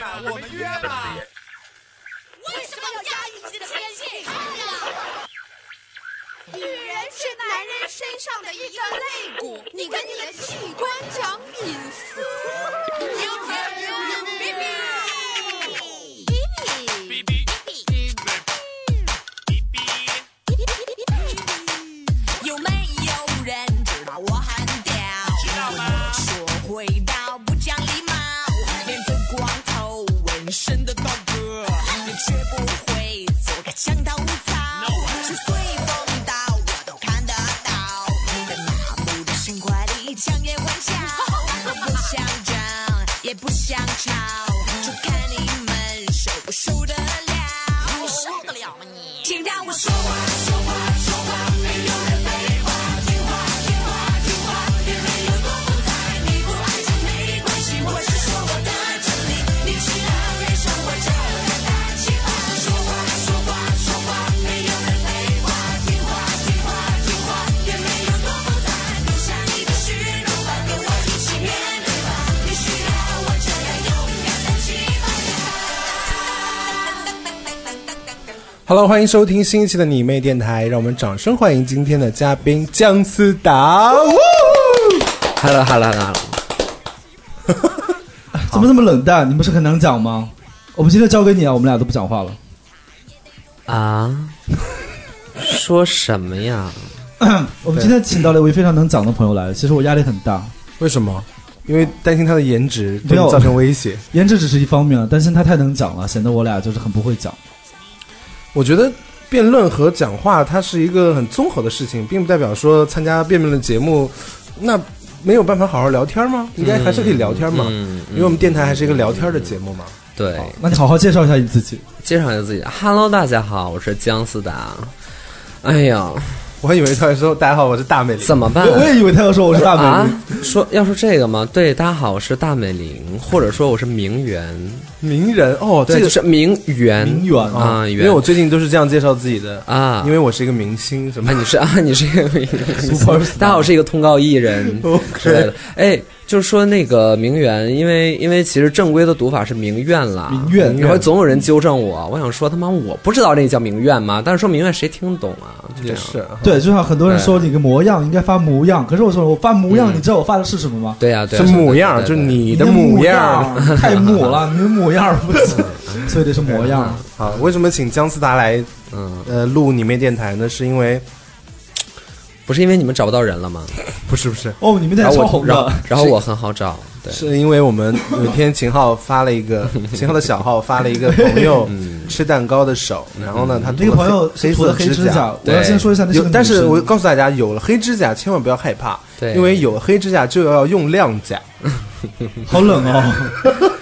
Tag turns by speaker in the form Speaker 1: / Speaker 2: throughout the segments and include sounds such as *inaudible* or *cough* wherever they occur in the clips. Speaker 1: 吧，
Speaker 2: 我们约吧。
Speaker 3: 为什么要压抑自己的天性呀？
Speaker 4: 女人是男人身上的一根肋骨，你跟你的器官讲隐私。
Speaker 2: 哔哔哔哔哔。
Speaker 3: 有没有人知道我很屌？
Speaker 2: 知道吗
Speaker 3: 说回到不讲礼貌，连个光头纹身的道哥，也学不会做个墙头草。
Speaker 2: No
Speaker 3: 是随风倒，我都看得到。在麻木的生活里，强颜欢笑。我不想争，也不想吵，就看你们受不受得了。你受得了吗你？请让我说话。
Speaker 1: Hello，欢迎收听新一期的你妹电台，让我们掌声欢迎今天的嘉宾姜思达。呜
Speaker 5: Hello Hello Hello，
Speaker 6: 怎么那么冷淡？你不是很能讲吗？我们今天交给你啊，我们俩都不讲话了。
Speaker 5: 啊，说什么呀？
Speaker 6: *clears throat* 我们今天请到了一位非常能讲的朋友来，其实我压力很大，
Speaker 1: 为什么？因为担心他的颜值
Speaker 6: 没
Speaker 1: 对
Speaker 6: 有
Speaker 1: 你造成威胁。
Speaker 6: 颜值只是一方面，但是他太能讲了，显得我俩就是很不会讲。
Speaker 1: 我觉得辩论和讲话它是一个很综合的事情，并不代表说参加辩论的节目，那没有办法好好聊天吗？应该还是可以聊天嘛，
Speaker 5: 嗯
Speaker 1: 因为我们电台还是一个聊天的节目嘛。
Speaker 5: 对，
Speaker 6: 那你好好介绍一下你自己。
Speaker 5: 介绍一下自己。Hello，大家好，我是姜思达。哎呀，
Speaker 1: 我还以为他会说：“大家好，我是大美玲。”
Speaker 5: 怎么办
Speaker 6: 我我也以为他要说我是大美女，
Speaker 5: 啊？说要说这个吗？对，大家好，我是大美玲，或者说我是名媛。
Speaker 1: 名人哦，
Speaker 5: 对，
Speaker 1: 这
Speaker 5: 就
Speaker 1: 个
Speaker 5: 是名媛。
Speaker 6: 啊名媛
Speaker 5: 啊，
Speaker 1: 因
Speaker 5: 媛。
Speaker 1: 为我最近都是这样介绍自己的
Speaker 5: 啊
Speaker 1: 因为我是一个明星什么
Speaker 5: 啊，你是 *laughs* 啊，你是一个名
Speaker 6: Superstar
Speaker 5: 大家好，我是一个通告艺
Speaker 6: *laughs*
Speaker 5: 人
Speaker 1: OK
Speaker 5: 之类的。哎，就是说那个名媛，因为因为其实正规的读法是名媛啦，
Speaker 6: 名媛
Speaker 5: 然后总有人纠正我，我想说他妈我不知道这叫名媛吗？但是说名媛谁听懂啊？就这
Speaker 1: 也
Speaker 5: 样。
Speaker 1: 是啊
Speaker 6: 对，就像很多人说你个模样应该发模样，可是我说我发模
Speaker 5: 嗯
Speaker 6: 样，你知道我发的是什么吗？
Speaker 5: 对呀、啊对
Speaker 1: 是
Speaker 5: 呀、
Speaker 1: 模样，
Speaker 5: 对
Speaker 1: 就
Speaker 5: 对
Speaker 1: 是
Speaker 5: 对
Speaker 1: 你
Speaker 6: 你
Speaker 1: 的
Speaker 6: 模
Speaker 1: 样。
Speaker 5: *laughs*
Speaker 6: 样太母了，你的模样不行，所以得是模样。
Speaker 1: *laughs* 好，为什么请姜思达来
Speaker 5: 嗯，
Speaker 1: 呃录你妹电台呢？是因为
Speaker 5: 不是因为你们 *laughs* 找不到人了吗？
Speaker 1: 不是不是，
Speaker 6: 哦，你们
Speaker 5: 然
Speaker 6: 那
Speaker 5: 后
Speaker 6: 超红
Speaker 5: 我，然后
Speaker 6: 的，
Speaker 5: 然后我很好找，对，
Speaker 1: 是因为我们有一天秦昊发了一
Speaker 5: *laughs*
Speaker 1: 个秦昊的小号发了一个朋友
Speaker 5: 嗯
Speaker 1: 吃蛋糕的手，然后呢他涂
Speaker 6: 嗯那个
Speaker 1: 了
Speaker 6: 朋友
Speaker 1: 黑
Speaker 6: 是涂
Speaker 1: 色
Speaker 6: 了黑指甲
Speaker 1: 甲。，
Speaker 6: 我要先说一下那是
Speaker 1: 有
Speaker 6: 个，女
Speaker 1: 但是
Speaker 6: 生
Speaker 1: 我告诉大家，有了黑指甲千万不要害怕，
Speaker 5: 对
Speaker 1: 因为有了黑指甲就要用亮甲。
Speaker 6: *laughs* 好冷哦。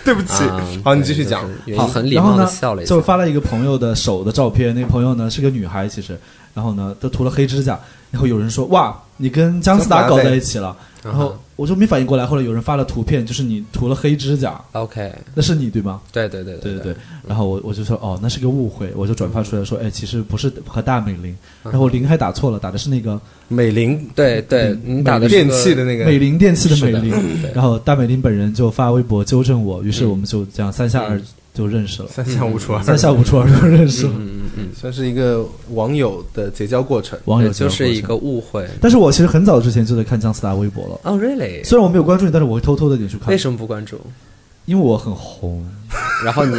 Speaker 1: 对不起
Speaker 5: 啊，
Speaker 1: 好，你
Speaker 5: *laughs* 对
Speaker 1: 继续
Speaker 5: 就是
Speaker 1: 讲。
Speaker 5: 原因
Speaker 6: 好，
Speaker 5: 很礼
Speaker 6: 然
Speaker 5: 貌
Speaker 6: 后
Speaker 5: 的
Speaker 6: 呢，
Speaker 5: 笑了一下，
Speaker 6: 就发了一个朋友的手的照片，那个朋友呢是个女孩，其实，然后呢都涂了黑指甲，然后有人说哇，你跟姜思达搞在一起了，然后我就没反应过来，后来有人发了图片，就是你涂了黑指甲，
Speaker 5: OK，
Speaker 6: 那是你对吗？
Speaker 5: 对对对
Speaker 6: 对
Speaker 5: 对
Speaker 6: 对，然后我我就说哦，那是个误会，我就转发出来说，哎，其实不是和大美玲，
Speaker 5: 嗯
Speaker 6: 然后玲还打错了，打的是那个
Speaker 1: 美玲
Speaker 5: 对对，你打的是
Speaker 1: 电
Speaker 5: 个
Speaker 1: 嗯器的那个
Speaker 6: 美玲电器的美
Speaker 5: 是
Speaker 6: 玲，
Speaker 5: 的对嗯
Speaker 6: 然后大美玲本人就发微博纠正我，于是我们就这样三下二就认识了，
Speaker 1: 三下五除二，嗯
Speaker 6: 三下五除二就认识了，
Speaker 5: 嗯
Speaker 1: 算是一个网友的结交过程。
Speaker 6: 网友
Speaker 5: 对
Speaker 6: 交
Speaker 5: 就
Speaker 6: 流
Speaker 5: 是
Speaker 6: 过
Speaker 5: 一
Speaker 6: 程
Speaker 5: 个误会。
Speaker 6: 但是我其实很早之前就在看姜思达微博了，
Speaker 5: 哦、r e a l l y
Speaker 6: 虽然我没有关注你，但是我会偷偷的点去看。
Speaker 5: 为什么不关注？
Speaker 6: 因为我很红。
Speaker 5: 嗯然后你，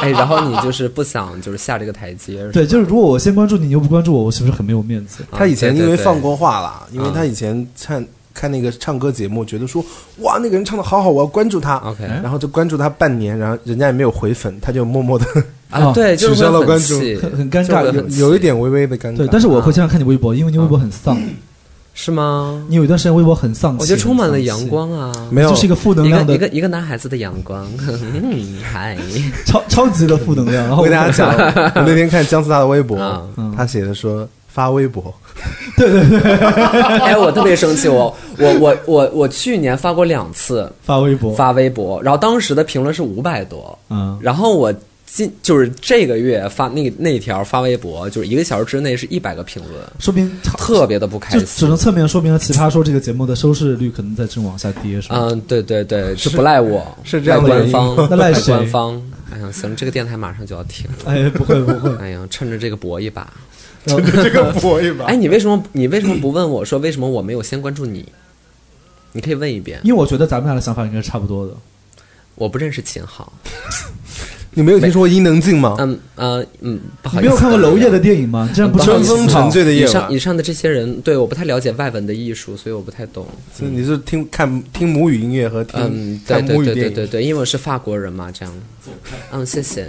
Speaker 5: 哎，然后你就是不想就是下这个台阶，
Speaker 6: 对，就是如果我先关注你，你又不关注我，我是不是很没有面子？
Speaker 5: 啊
Speaker 1: 他以前因为
Speaker 5: 对对对啊
Speaker 1: 放过话啦，因为他以前看看那个唱歌节目，觉得说哇那个人唱的好好，我要关注他。
Speaker 5: OK
Speaker 1: 然后就关注他半年，然后人家也没有回粉，他就默默的
Speaker 5: 啊，
Speaker 6: 哦
Speaker 5: 对，就是
Speaker 1: 取消了
Speaker 5: 会很
Speaker 1: 关注
Speaker 5: 气
Speaker 6: 很很尴
Speaker 5: *laughs* 就
Speaker 6: 尬
Speaker 5: 会
Speaker 6: 有
Speaker 5: 很
Speaker 1: 有一
Speaker 5: 气
Speaker 1: 点微微的尴尬。
Speaker 6: 对，但是我会经常看你微博，因为你微博很丧。
Speaker 5: 是吗？
Speaker 6: 你有一段时间微博很丧气，
Speaker 5: 嗯我觉得充满了
Speaker 6: 很丧气
Speaker 5: 阳，光啊，
Speaker 1: 没有
Speaker 6: 就是一个负能
Speaker 5: 一
Speaker 6: 量
Speaker 5: 个一
Speaker 6: 的
Speaker 5: 个一个男孩子的阳光， *laughs* 嗯，嗨，
Speaker 6: 超超级的负能量。然后
Speaker 1: 我嗯跟大家， *laughs* 讲，我那天看姜思达的微博
Speaker 5: 啊，
Speaker 1: 他写的说发微 *laughs* 博，
Speaker 5: 哎，我特别生气，我我我我我去年发过两次
Speaker 6: *laughs* 发微博，
Speaker 5: 发微博，然后当时的评论是五百多，
Speaker 6: 嗯，
Speaker 5: 然后我今就是这个月发那那条发微博，就是一个小时之内是一百个评论，
Speaker 6: 说明它
Speaker 5: 特别的不开
Speaker 6: 啊就只
Speaker 5: 心。
Speaker 6: 能侧面说明了《奇葩说》这个节目的收视率可能在正往下跌，是吧？
Speaker 5: 嗯，对对对，这不赖我，
Speaker 1: 是这样的
Speaker 5: 赖
Speaker 1: 原
Speaker 5: 官
Speaker 1: 因
Speaker 5: 方
Speaker 1: 吗，
Speaker 6: 那赖
Speaker 5: *laughs* 赖
Speaker 6: 谁
Speaker 5: 官方。哎呀，行，这个电台马上就要停了。
Speaker 6: 哎，不会不会，
Speaker 5: 哎呀，趁着这个搏一把。
Speaker 1: 这个搏一把
Speaker 5: 哎，你为什么你为什么不问我说为什么我没有先关注你？你可以问一遍，
Speaker 6: 因为我觉得咱们俩的想法应该是差不多的。
Speaker 5: 我不认识秦昊。
Speaker 1: *laughs* 你没有听说过伊能静吗？
Speaker 5: 嗯呃嗯，不好
Speaker 6: 你
Speaker 5: 意
Speaker 6: 没
Speaker 5: 思，
Speaker 6: 有看过娄烨的电影吗？你竟然不知道
Speaker 5: 嗯不好意思
Speaker 1: 曾
Speaker 6: 秦昊
Speaker 1: 沉醉的
Speaker 5: 以
Speaker 1: 夜
Speaker 5: 上
Speaker 1: 晚
Speaker 5: 以，上的这些人，对我不太了解外文的艺术，所以我不太懂。
Speaker 1: 所以你是听看听母语音乐和听
Speaker 5: 嗯，对
Speaker 1: 看
Speaker 5: 对
Speaker 1: 母语
Speaker 5: 对对
Speaker 1: 电
Speaker 5: 对
Speaker 1: 影。
Speaker 5: 对，因为我是法国人嘛，这样。嗯，谢谢。啊，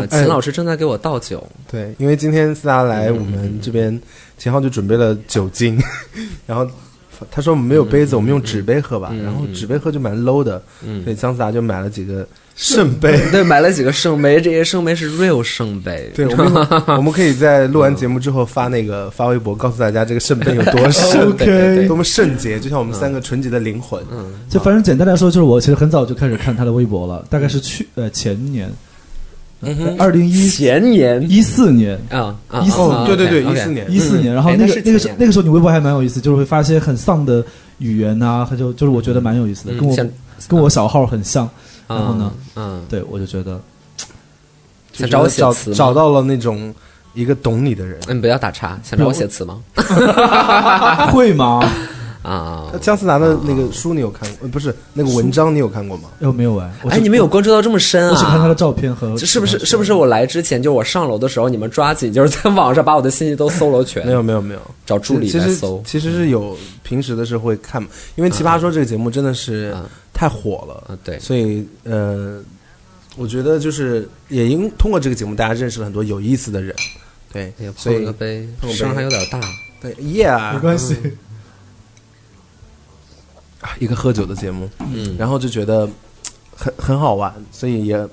Speaker 1: 嗯哎
Speaker 5: 秦老师正在给我倒酒。
Speaker 1: 对，因为今天思达
Speaker 5: 嗯
Speaker 1: 来我们这边，秦昊就准备了酒精， *laughs* 然后他说我们没有杯子，我们用纸杯喝吧。
Speaker 5: 嗯
Speaker 1: 然后纸杯喝就蛮 low 的，所以姜思达就买了几个圣杯。
Speaker 5: *laughs* 对，买了几个圣杯，这些圣杯是 real 圣杯。
Speaker 1: *laughs* 对，我们一会儿我们可以在录完节目之后发那个发微博，告诉大家这个圣杯有多
Speaker 5: *laughs*
Speaker 1: 圣，
Speaker 5: *laughs* 对对对嗯
Speaker 1: 多么圣洁，就像我们三个纯洁的灵魂。
Speaker 6: 就反正简单来说，就是我其实很早就开始看他的微博了，大概是去呃前年，二零一
Speaker 5: 嗯前年
Speaker 6: 一四年。
Speaker 5: 啊啊，
Speaker 6: 14
Speaker 5: 啊
Speaker 1: 对对对
Speaker 5: OK，OK
Speaker 1: 14年
Speaker 6: 一四年，然后
Speaker 5: 哎
Speaker 6: 那
Speaker 5: 那
Speaker 6: 个
Speaker 5: 是
Speaker 6: 那个时
Speaker 5: 前年
Speaker 6: 那个时候你微博还蛮有意思，就是会发一些很丧的语言呐，他就就是我觉得蛮有意思的，
Speaker 5: 嗯
Speaker 6: 跟我
Speaker 5: 像
Speaker 6: 跟我小号很像。
Speaker 5: 啊
Speaker 6: 然后呢，
Speaker 5: 嗯，
Speaker 6: 对我就觉得
Speaker 5: 想
Speaker 1: 找
Speaker 5: 找我写词吗
Speaker 1: 找到了那种一个懂你的人。
Speaker 5: 嗯，不要打岔，想找我写
Speaker 6: *laughs*
Speaker 5: 词吗？
Speaker 6: 会吗？ *laughs* 哎
Speaker 5: 啊，
Speaker 1: 姜思达的那个书你有看过？呃不是那个文章你有看过吗？
Speaker 6: 哎，我没有哎，我
Speaker 5: 哎，
Speaker 6: 只
Speaker 5: 你们有关注到这么深啊？
Speaker 6: 我只看他的照片和
Speaker 5: 是不是是不是我来之前就我上楼的时候，你们抓紧就是在网上把我的信息都搜罗全，
Speaker 1: 没有没有没有，
Speaker 5: 找助理
Speaker 1: 其
Speaker 5: 来
Speaker 1: 实
Speaker 5: 搜。嗯
Speaker 1: 其实是有平时的时候会看嘛，因为《奇葩说》这个节目真的是
Speaker 5: 嗯
Speaker 1: 太火了，
Speaker 5: 啊对
Speaker 1: 所以呃，我觉得就是也因通过这个节目，大家认识了很多有意思的人，对
Speaker 5: 哎呀，，
Speaker 1: 所
Speaker 5: 碰了
Speaker 1: 以
Speaker 5: 个杯
Speaker 1: 碰，个杯
Speaker 5: 声还有点大。
Speaker 1: 对啊耶
Speaker 6: 没关系，
Speaker 1: 一个喝酒的节目，
Speaker 5: 嗯，
Speaker 1: 然后就觉得很很好玩，所以也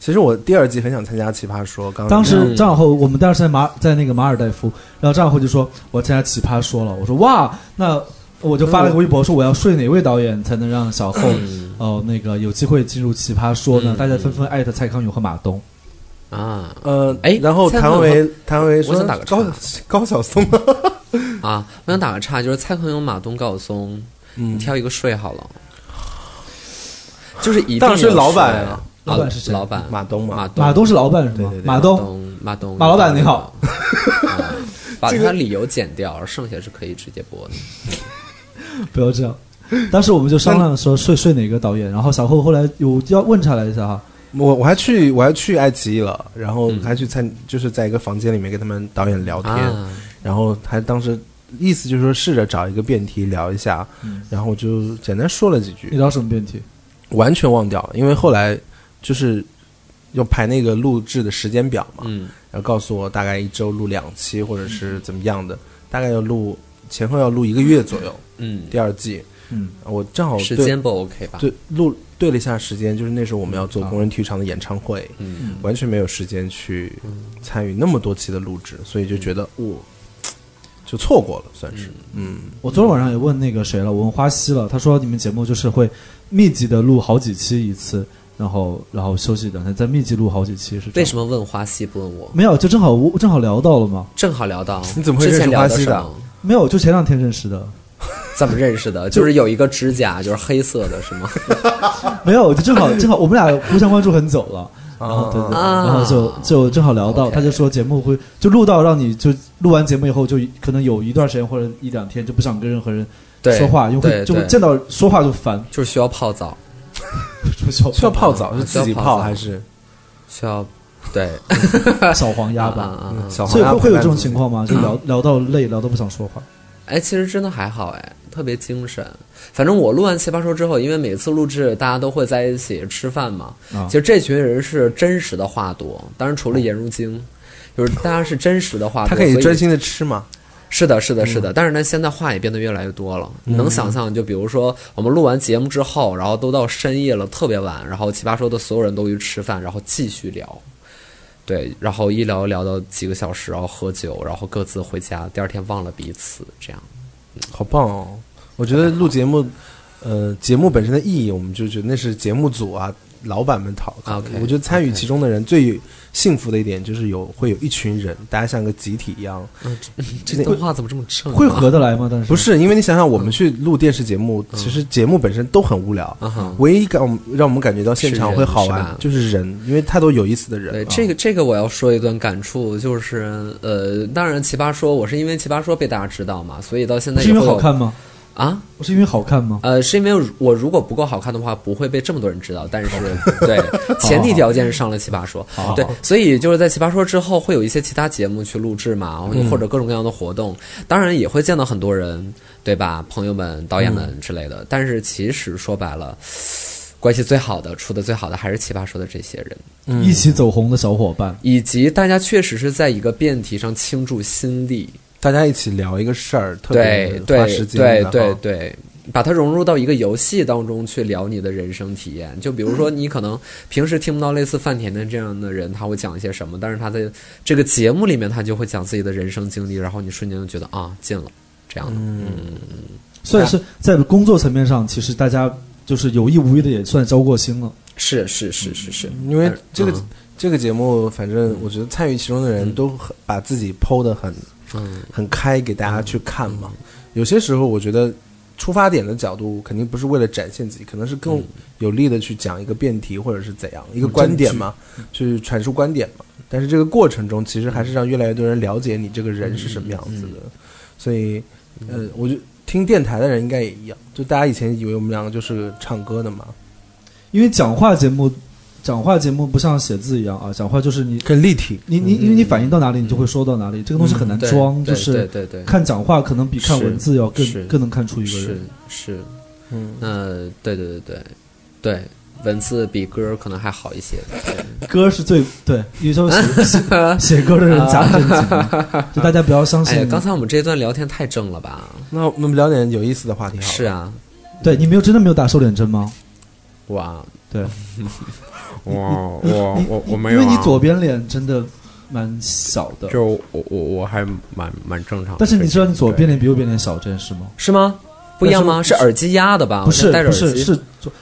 Speaker 1: 其实我第二季很想参加《奇葩说》，刚
Speaker 6: 当
Speaker 5: 嗯
Speaker 6: 时张小厚，我们当时在马在那个马尔代夫，然后张小厚就说我参加奇葩说了，我说哇，那我就发了个微博说我要睡哪位导演才能让小厚
Speaker 5: 嗯
Speaker 6: 哦、那个有机会进入奇葩说呢？大家纷纷艾特蔡康永和马东，
Speaker 5: 啊
Speaker 1: 呃，
Speaker 5: 哎
Speaker 1: 然后
Speaker 5: 蔡
Speaker 1: 谭
Speaker 5: 康永
Speaker 1: 维谭维说
Speaker 5: 我想打个岔
Speaker 1: 高高晓松，
Speaker 5: 啊！我想打个岔，就是蔡康永、马东、高晓松，
Speaker 1: 嗯
Speaker 5: 你挑一个睡好了。就是一定
Speaker 1: 当然是
Speaker 5: 要
Speaker 1: 老板
Speaker 5: 睡
Speaker 1: 啊
Speaker 6: 老板是谁
Speaker 5: 老板
Speaker 1: 马东嘛
Speaker 5: 马东
Speaker 6: 马东是老板是吗？
Speaker 1: 对对对
Speaker 6: 马
Speaker 5: 马
Speaker 6: 东，
Speaker 5: 东马东
Speaker 6: 马老板你好，
Speaker 5: 啊
Speaker 1: *laughs*
Speaker 5: 把他理由剪掉，剩下是可以直接播的。
Speaker 6: 不要这样。当时我们就商量说睡睡哪个导演，然后小厚后来有要问下来一下哈，
Speaker 1: 我我还去我还去爱奇艺了，然后
Speaker 5: 嗯
Speaker 1: 还去参、就是在一个房间里面跟他们导演聊天，
Speaker 5: 啊
Speaker 1: 然后还当时意思就是说试着找一个辩题聊一下，
Speaker 5: 嗯
Speaker 1: 然后我就简单说了几
Speaker 6: 你知
Speaker 1: 句，
Speaker 6: 道什么辩题？
Speaker 1: 完全忘掉了，因为后来就是要排那个录制的时间表嘛，
Speaker 5: 嗯
Speaker 1: 然后告诉我大概一周录两期或者是怎么样的，大概要录前后要录一个月左右，
Speaker 5: 嗯，
Speaker 1: 第二季，
Speaker 6: 嗯，
Speaker 1: 我正好
Speaker 5: 时
Speaker 1: 对
Speaker 5: 间不 OK 吧？
Speaker 1: 对，录对了一下时间，就是那时候我们要做工人体育场的演唱会，
Speaker 5: 嗯
Speaker 1: 完全没有时间去参与那么多期的录制，所以就觉得
Speaker 5: 嗯
Speaker 1: 我、就错过了，算是嗯
Speaker 6: 我昨天晚上也问那个谁了，我问花溪了，他说你们节目就是会密集的录好几期一次，然后然后休息两天，再密集录好几期是这样
Speaker 5: 为什么问花溪不问我？
Speaker 6: 没有，就正好我正好聊到了嘛。
Speaker 5: 正好聊到
Speaker 1: 你怎么会
Speaker 5: 之
Speaker 1: 认
Speaker 5: 前
Speaker 1: 识
Speaker 5: 聊
Speaker 1: 花
Speaker 5: 的
Speaker 1: 溪
Speaker 5: 什
Speaker 1: 的
Speaker 5: 么？
Speaker 6: 没有，就前两天认识的。
Speaker 5: 怎么认识
Speaker 1: *laughs*
Speaker 5: 的？就是有一个指甲就是黑色的，是吗？
Speaker 6: 没有，就正好正好我们俩互相关注很久了，然后对对，对
Speaker 5: 啊
Speaker 6: 然后就就正好聊到，
Speaker 5: OK
Speaker 6: 他就说节目会就录到让你就录完节目以后就可能有一段时间或者一两天就不想跟任何人
Speaker 5: 对
Speaker 6: 说话，因为
Speaker 5: 对
Speaker 6: 会就会
Speaker 5: 对
Speaker 6: 见到说话就烦，
Speaker 5: 就是需要泡澡，
Speaker 1: 需要泡澡是
Speaker 5: 嗯需要
Speaker 1: 自己
Speaker 5: 泡
Speaker 1: 泡
Speaker 5: 澡
Speaker 1: 还是
Speaker 5: 需要对
Speaker 6: 小黄鸭
Speaker 5: 啊
Speaker 6: 吧。
Speaker 5: 啊
Speaker 1: 嗯
Speaker 5: 啊！
Speaker 1: 小黄
Speaker 6: 所以
Speaker 1: 鸭
Speaker 6: 会会有这
Speaker 1: 陪
Speaker 6: 种
Speaker 1: 伴自己
Speaker 6: 情？况吗？就聊聊到累，聊到不想说话。
Speaker 5: 哎，其实真的还好哎，特别精神。反正我录完《奇葩说》之后，因为每次录制大家都会在一起吃饭嘛，
Speaker 6: 啊
Speaker 5: 其实这群人是真实的话多，当然除了颜如晶，就是大家是真实的话多，
Speaker 1: 他可以
Speaker 5: 所
Speaker 1: 专心的吃嘛？
Speaker 5: 是的，是的，是的。但是呢，现在话也变得越来越多了。你能想象，就比如说我们录完节目之后，然后都到深夜了，特别晚，然后奇葩说的所有人都去吃饭，然后继续聊。对，然后一聊聊到几个小时，然后喝酒，然后各自回家，第二天忘了彼此，这样。
Speaker 1: 好棒哦！我觉得录节目，呃，节目本身的意义，我们就觉得那是节目组啊老板们讨论。
Speaker 5: OK，
Speaker 1: 我觉得参与
Speaker 5: OK
Speaker 1: 其中的人最幸福的一点就是有会有一群人，大家像个集体一样。
Speaker 5: 啊 *laughs* 这动画怎么这么正啊？
Speaker 6: 会合得来吗？但是
Speaker 1: 不是，因为你想想，我们去录电视节目，
Speaker 5: 嗯
Speaker 1: 其实节目本身都很无聊
Speaker 5: 啊哈，
Speaker 1: 唯一感让我们感觉到现场
Speaker 5: 是人
Speaker 1: 会好
Speaker 5: 是
Speaker 1: 玩
Speaker 5: 吧
Speaker 1: 就是人，因为太多有意思的人
Speaker 5: 对
Speaker 1: 了。
Speaker 5: 这个这个我要说一段感触，就是呃，当然奇葩说我是因为奇葩说被大家知道嘛，所以到现在
Speaker 6: 是因为
Speaker 5: 也会有
Speaker 6: 好看吗？
Speaker 5: 啊。
Speaker 6: 不是因为好看吗？
Speaker 5: 呃，是因为我如果不够好看的话，不会被这么多人知道。但是， *laughs*
Speaker 6: *laughs*
Speaker 5: 对，前提条件是上了《奇葩说》
Speaker 6: 好
Speaker 5: 对，所以就是在《奇葩说》之后，会有一些其他节目去录制嘛，然
Speaker 6: 嗯
Speaker 5: 后或者各种各样的活动，当然也会见到很多人，对吧？朋友们、导演
Speaker 6: 嗯
Speaker 5: 们之类的。但是其实说白了，关系最好的、处的最好的还是《奇葩说》的这些人。
Speaker 6: 一起走红的小伙伴，
Speaker 5: 以及大家确实是在一个辩题上倾注心力，
Speaker 1: 大家一起聊一个事儿，特
Speaker 5: 对
Speaker 1: 别花
Speaker 5: 对
Speaker 1: 时间
Speaker 5: 对
Speaker 1: 的
Speaker 5: 对
Speaker 1: 哈
Speaker 5: 对，把它融入到一个游戏当中去聊你的人生体验。就比如
Speaker 1: 嗯
Speaker 5: 说，你可能平时听不到类似范甜甜这样的人他会讲一些什么，但是他在这个节目里面他就会讲自己的人生经历，然后你瞬间就觉得啊进了这样的，嗯，
Speaker 6: 算是在工作层面上，其实大家就是有意无意的也算交过心了。
Speaker 5: 是是是是是，
Speaker 1: 因为
Speaker 5: 但是
Speaker 1: 这个、
Speaker 5: 嗯
Speaker 1: 这个节目，反正我觉得参与其中的人都很把自己剖的很
Speaker 5: 嗯
Speaker 1: 很开，给大家去看嘛。有些时候，我觉得出发点的角度肯定不是为了展现自己，可能是
Speaker 5: 嗯
Speaker 1: 更有力的去讲一个辩题或者是怎样一个观点嘛，
Speaker 5: 嗯
Speaker 1: 去阐述观点嘛。但是这个过程中，其实还是让越来越多人了解你这个人是什么样子的。
Speaker 5: 嗯
Speaker 1: 所以，呃，我就听电台的人应该也一样，就大家以前以为我们两个就是唱歌的嘛，
Speaker 6: 因为讲话节目，讲话节目不像写字一样啊，讲话就是你
Speaker 1: 更立体。
Speaker 6: 你你因为你反应到哪里，你就会说到哪里，这个东西很难
Speaker 5: 嗯对
Speaker 6: 装，就
Speaker 5: 对对
Speaker 6: 是
Speaker 5: 对对，
Speaker 6: 看讲话可能比看
Speaker 5: 是
Speaker 6: 文字要更
Speaker 5: 是
Speaker 6: 更能看出一个
Speaker 5: 是
Speaker 6: 人。
Speaker 5: 是，
Speaker 1: 嗯，
Speaker 5: 那对对对对对，文字比歌可能还好一些。对
Speaker 6: 歌是最对，有时候写写
Speaker 5: *laughs*
Speaker 6: 写歌的人假正经，就大家不要相
Speaker 5: 哎呀
Speaker 6: 信，。
Speaker 5: 刚才我们这一段聊天太正了吧？
Speaker 1: 那我们聊点有意思的话题好了。
Speaker 5: 是啊，
Speaker 6: 对你没有真的没有打瘦脸针吗？
Speaker 5: 哇，
Speaker 6: 对，
Speaker 7: 我我
Speaker 6: 你
Speaker 7: 我
Speaker 6: 你
Speaker 7: 我没有、啊，
Speaker 6: 因为你左边脸真的蛮小的，
Speaker 7: 就我我我还蛮蛮正常的。
Speaker 6: 但是你知道你左边
Speaker 7: 对
Speaker 6: 脸比右边脸小这件事吗？
Speaker 5: 是吗？不一样吗？是耳机压的吧？
Speaker 6: 不是
Speaker 5: 我现在戴着
Speaker 6: 不
Speaker 5: 耳机
Speaker 6: 是是左，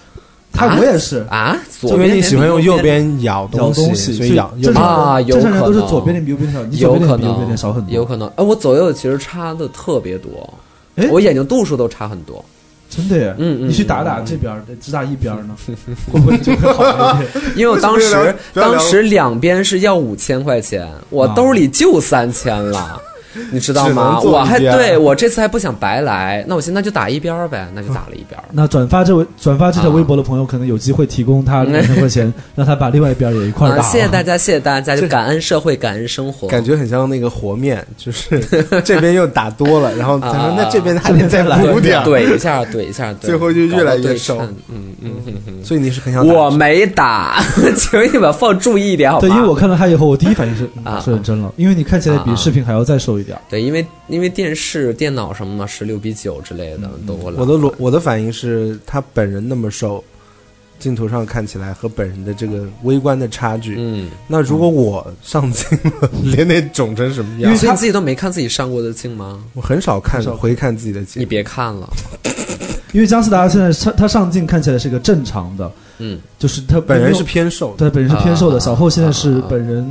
Speaker 6: 他
Speaker 5: 啊
Speaker 6: 我也是，
Speaker 5: 啊，
Speaker 1: 因
Speaker 5: 左
Speaker 1: 为
Speaker 5: 边
Speaker 1: 你喜欢用右
Speaker 5: 脸
Speaker 1: 边咬
Speaker 6: 咬
Speaker 1: 西，
Speaker 6: 东
Speaker 1: 所
Speaker 6: 所
Speaker 1: 以咬右边
Speaker 6: 正
Speaker 5: 边
Speaker 6: 常
Speaker 5: 啊
Speaker 6: 人
Speaker 5: 有
Speaker 6: 正常人都是
Speaker 5: 可能
Speaker 6: 左边脸比右边脸小，
Speaker 5: 比
Speaker 6: 你
Speaker 5: 右
Speaker 6: 左
Speaker 5: 边
Speaker 6: 边
Speaker 5: 有可
Speaker 6: 脸比右边
Speaker 5: 能
Speaker 6: 脸少很多，
Speaker 5: 有可能。哎，我左右其实差的特别多
Speaker 6: 哎。
Speaker 5: 我眼睛度数都差很多，
Speaker 6: 真的耶，
Speaker 5: 嗯嗯
Speaker 6: 你去打打这边儿，只打一边
Speaker 5: *laughs*
Speaker 6: 儿呢，会不会就会好一点？
Speaker 5: 因为我当
Speaker 7: 不要
Speaker 5: 时
Speaker 7: 聊不要聊
Speaker 5: 当时两边是要五千块钱，我兜里就三千了，你知道吗？
Speaker 1: 只能做
Speaker 5: 我还
Speaker 1: 一边
Speaker 5: 对我这次还不想白来，那我现在就打一边儿呗，那就打了一边儿。
Speaker 6: 那转发这位转发
Speaker 5: 啊
Speaker 6: 这条微博的朋友，可能有机会提供他两千块
Speaker 5: *laughs*
Speaker 6: 钱，让他把另外一边儿也一块儿打
Speaker 5: 啊，
Speaker 6: 了。
Speaker 5: 谢谢大家，谢谢大家，就感恩社会，感恩生活。
Speaker 1: 感觉很像那个和面，就是这边又打多了，然后他说
Speaker 5: 啊
Speaker 1: 那这边还得再补点儿，
Speaker 5: 怼一下，怼一下，怼
Speaker 1: 最后就越来越瘦
Speaker 5: 搞得对称嗯嗯嗯嗯，
Speaker 1: 所以你是很想打
Speaker 5: 我没打， *laughs* 请你们放注意一点，好吗？
Speaker 6: 对，因为我看到他以后，我第一反应是嗯
Speaker 5: 啊
Speaker 6: 是认真了，因为你看起来比视频还要再瘦一点儿。
Speaker 5: 对，因为因为电视、电脑什么的，十六比九之类的都会来
Speaker 1: 我的逻我的反应是他本人那么瘦，镜头上看起来和本人的这个微观的差距。
Speaker 5: 嗯，
Speaker 1: 那如果我上镜了， *laughs* 连那肿成什么样？
Speaker 5: 所以你自己都没看自己上过的镜吗？
Speaker 1: 我很少看回看自己的
Speaker 5: 你
Speaker 1: 镜，
Speaker 5: 别看了，
Speaker 6: 因为姜思达现在上他上镜看起来是个正常的，
Speaker 5: 嗯，
Speaker 6: 就是他
Speaker 1: 本人是
Speaker 6: 没有
Speaker 1: 偏瘦的，
Speaker 6: 对本人是偏瘦的，小后现在是
Speaker 5: 啊
Speaker 6: 本人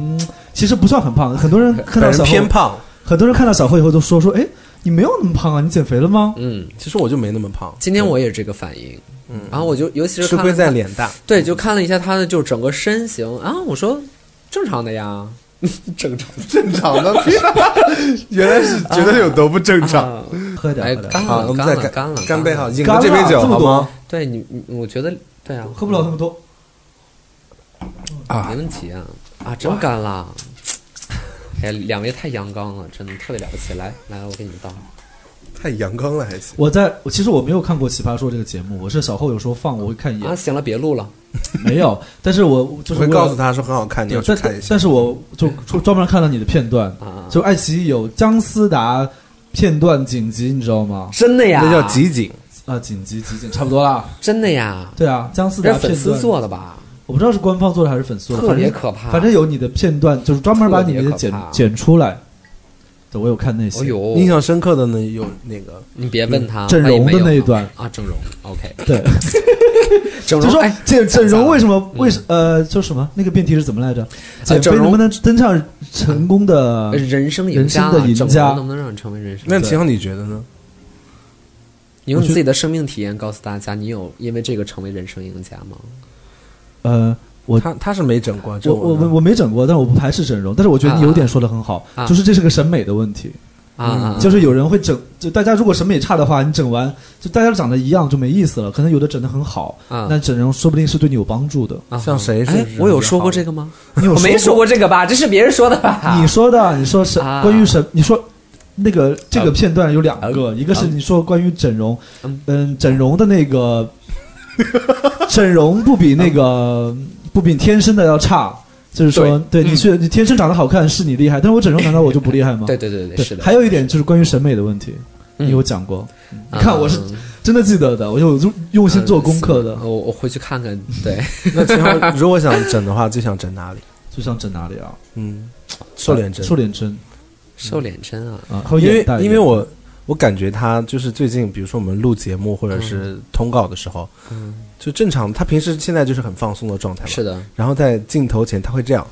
Speaker 6: 其实不算很胖，很多人
Speaker 1: 本
Speaker 6: 看到
Speaker 1: 人
Speaker 6: 小后
Speaker 1: 偏胖。
Speaker 6: 很多人看到小慧以后都说说，哎，你没有那么胖啊，你减肥了吗？
Speaker 5: 嗯，
Speaker 1: 其实我就没那么胖，
Speaker 5: 今天我也这个反应，嗯，然后我就尤其是
Speaker 1: 吃
Speaker 5: 看
Speaker 1: 亏
Speaker 5: 了
Speaker 1: 在
Speaker 5: 他
Speaker 1: 脸大。
Speaker 5: 对，就看了一下他的就整个身形啊，我说正常的呀，正常
Speaker 1: 正常的， *laughs* 原来是觉得有多不正常。
Speaker 5: 啊，
Speaker 6: 喝点，
Speaker 5: 哎，
Speaker 6: 喝
Speaker 5: 干
Speaker 6: 点，
Speaker 1: 好，
Speaker 5: 了，
Speaker 1: 啊我们
Speaker 5: 干
Speaker 1: 再
Speaker 5: 了，干
Speaker 1: 干
Speaker 5: 了，
Speaker 1: 干杯哈，饮
Speaker 6: 干
Speaker 1: 了
Speaker 6: 了
Speaker 1: 这杯酒
Speaker 6: 这么
Speaker 1: 好
Speaker 6: 多
Speaker 1: 吗？
Speaker 5: 对你，你我觉得对啊，
Speaker 6: 喝不了那么多。
Speaker 5: 没问题啊啊，真干了！哎呀，两位太阳刚了，真的特别了不起。来来，我给你们倒。
Speaker 1: 太阳刚了还行。
Speaker 6: 我在，我其实我没有看过《奇葩说》这个节目，我是小后有时候放我会看一
Speaker 5: 啊，
Speaker 6: 眼，
Speaker 5: 行了，别录了。
Speaker 6: *laughs* 没有，但是我
Speaker 1: 我
Speaker 6: 就是
Speaker 1: 会
Speaker 6: 为了
Speaker 1: 告诉，他说很好看，你要
Speaker 6: 对
Speaker 1: 去看
Speaker 6: 但
Speaker 1: 一下。嗯
Speaker 6: 但是我就专专门看了你的片段
Speaker 5: 啊，
Speaker 6: 就爱奇艺有姜思达片段紧急，你知道吗？
Speaker 5: 真的呀？
Speaker 1: 那叫集锦，
Speaker 6: 啊，紧急集锦差不多啦。
Speaker 5: 真的呀？
Speaker 6: 对啊，姜思
Speaker 5: 这
Speaker 6: 达
Speaker 5: 是粉
Speaker 6: 片
Speaker 5: 丝
Speaker 6: 段，
Speaker 5: 做的吧？
Speaker 6: 我不知道是官方做的还是粉丝做的，
Speaker 5: 特别
Speaker 6: 反正
Speaker 5: 可怕
Speaker 6: 反正有你的片段，就是专门把你
Speaker 5: 特别
Speaker 6: 的
Speaker 5: 可
Speaker 6: 剪
Speaker 5: 怕
Speaker 6: 剪出来。对我有看那些。
Speaker 5: 哦呦，
Speaker 1: 印象深刻的呢有那个
Speaker 5: 你别问他
Speaker 6: 整嗯容的那一段
Speaker 5: 万一没有呢啊，整容，OK， *laughs*
Speaker 6: 对，*laughs*
Speaker 5: 整
Speaker 6: 就
Speaker 5: 容，
Speaker 6: 说
Speaker 5: 哎，
Speaker 6: 整整容为什么
Speaker 5: 嗯啊
Speaker 6: 为什呃叫什么那个辩题是怎么来着？减
Speaker 5: 整
Speaker 6: 肥能
Speaker 5: 容
Speaker 6: 不能登上成功的？
Speaker 5: 人生赢家啊，
Speaker 6: 人生的赢
Speaker 5: 整
Speaker 6: 家
Speaker 5: 容能不能让你成为人生？
Speaker 1: 那秦昊你觉得呢？
Speaker 5: 你用
Speaker 6: 我
Speaker 5: 你
Speaker 6: 觉
Speaker 5: 自己的生命体验告诉大家，你有因为这个成为人生赢家吗？
Speaker 6: 呃，我
Speaker 1: 他他是没整过，这
Speaker 6: 我我
Speaker 1: 呢
Speaker 6: 我我没整过，但是我不排斥整容。但是我觉得你有点说的很好
Speaker 5: 啊，
Speaker 6: 就是这是个审美的问题，
Speaker 5: 啊啊，啊
Speaker 6: 嗯就是有人会整，就大家如果审美差的话，你整完就大家都长得一样就没意思了。可能有的整的很好，
Speaker 5: 啊
Speaker 6: 那整容说不定是对你有帮助的。
Speaker 5: 啊
Speaker 1: 像谁是
Speaker 5: 哎
Speaker 1: 人，
Speaker 5: 我有
Speaker 1: 比较
Speaker 5: 说过
Speaker 1: 好
Speaker 5: 这个吗？
Speaker 6: 你有
Speaker 5: *laughs* 我没
Speaker 6: 说
Speaker 5: 说过这个吧？这是别人说的吧？
Speaker 6: 你说的，你说是
Speaker 5: 啊
Speaker 6: 关于什？你说那个这个片段有两个，
Speaker 5: 啊
Speaker 6: 一个是你说关于整容
Speaker 5: 嗯，
Speaker 6: 嗯，整容的
Speaker 1: *laughs*
Speaker 6: 那个，整容不比那个
Speaker 1: 嗯
Speaker 6: 不比天生的要差，就是说，对你去你天生长得好看是你厉害，但是我整容难道我就不厉害吗？
Speaker 5: 对对对对，是的。
Speaker 6: 还有一点就是关于审美的问题，
Speaker 1: 嗯
Speaker 6: 你有讲过，你
Speaker 1: 啊
Speaker 6: 看我是
Speaker 5: 嗯
Speaker 6: 真的记得的，我有用
Speaker 1: 嗯
Speaker 6: 用心做功课的
Speaker 5: 嗯，我我回去看看。对，
Speaker 1: 那秦昊如果想整的话，最想整哪里？
Speaker 6: 就像整哪里啊？
Speaker 1: 嗯，瘦脸针。
Speaker 6: 瘦脸针
Speaker 5: 瘦脸针啊，
Speaker 6: 啊，还有
Speaker 1: 因为
Speaker 6: 眼袋
Speaker 1: 因为我我感觉他就是最近，比如说我们录节目或者是通告的时候，
Speaker 5: 嗯，
Speaker 1: 就正常，他平时现在就是很放松的状态嘛。
Speaker 5: 是。的，
Speaker 1: 然后在镜头前他会这样，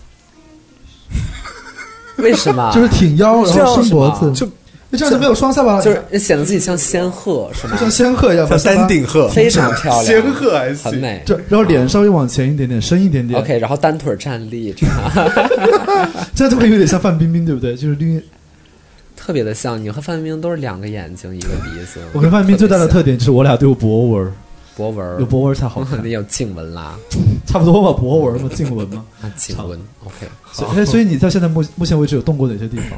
Speaker 5: 为什么？
Speaker 6: 就是挺腰，然后伸脖子，
Speaker 1: 就
Speaker 6: 那这样就没有双下巴了，
Speaker 5: 就是显得自己像仙鹤是吗
Speaker 6: 就？像仙鹤一样，
Speaker 1: 像
Speaker 6: 把下巴
Speaker 1: 丹顶鹤，
Speaker 5: 非常漂亮，
Speaker 1: 仙鹤还
Speaker 5: 很
Speaker 1: 行。
Speaker 5: 美。
Speaker 6: 就然后脸稍微往前一点点，深一点点
Speaker 5: OK，然后单腿站立，这样 *laughs*
Speaker 6: 这样就会有点像范冰冰，对不对？就是因为
Speaker 5: 特别的像。你和范冰冰都是两个眼睛，一个鼻子。
Speaker 6: 我跟范冰冰最大的特点就是我俩都有博纹儿，
Speaker 5: 博文，，
Speaker 6: 有博纹儿才好
Speaker 1: *laughs*
Speaker 6: 看
Speaker 5: *laughs* 你有颈纹啦，
Speaker 6: 差不多吧，博纹儿嘛，颈纹嘛。
Speaker 5: 啊，颈纹。OK，
Speaker 6: 所以哎，所以你到现在目目前为止有动过哪些地
Speaker 1: *laughs*
Speaker 6: 方？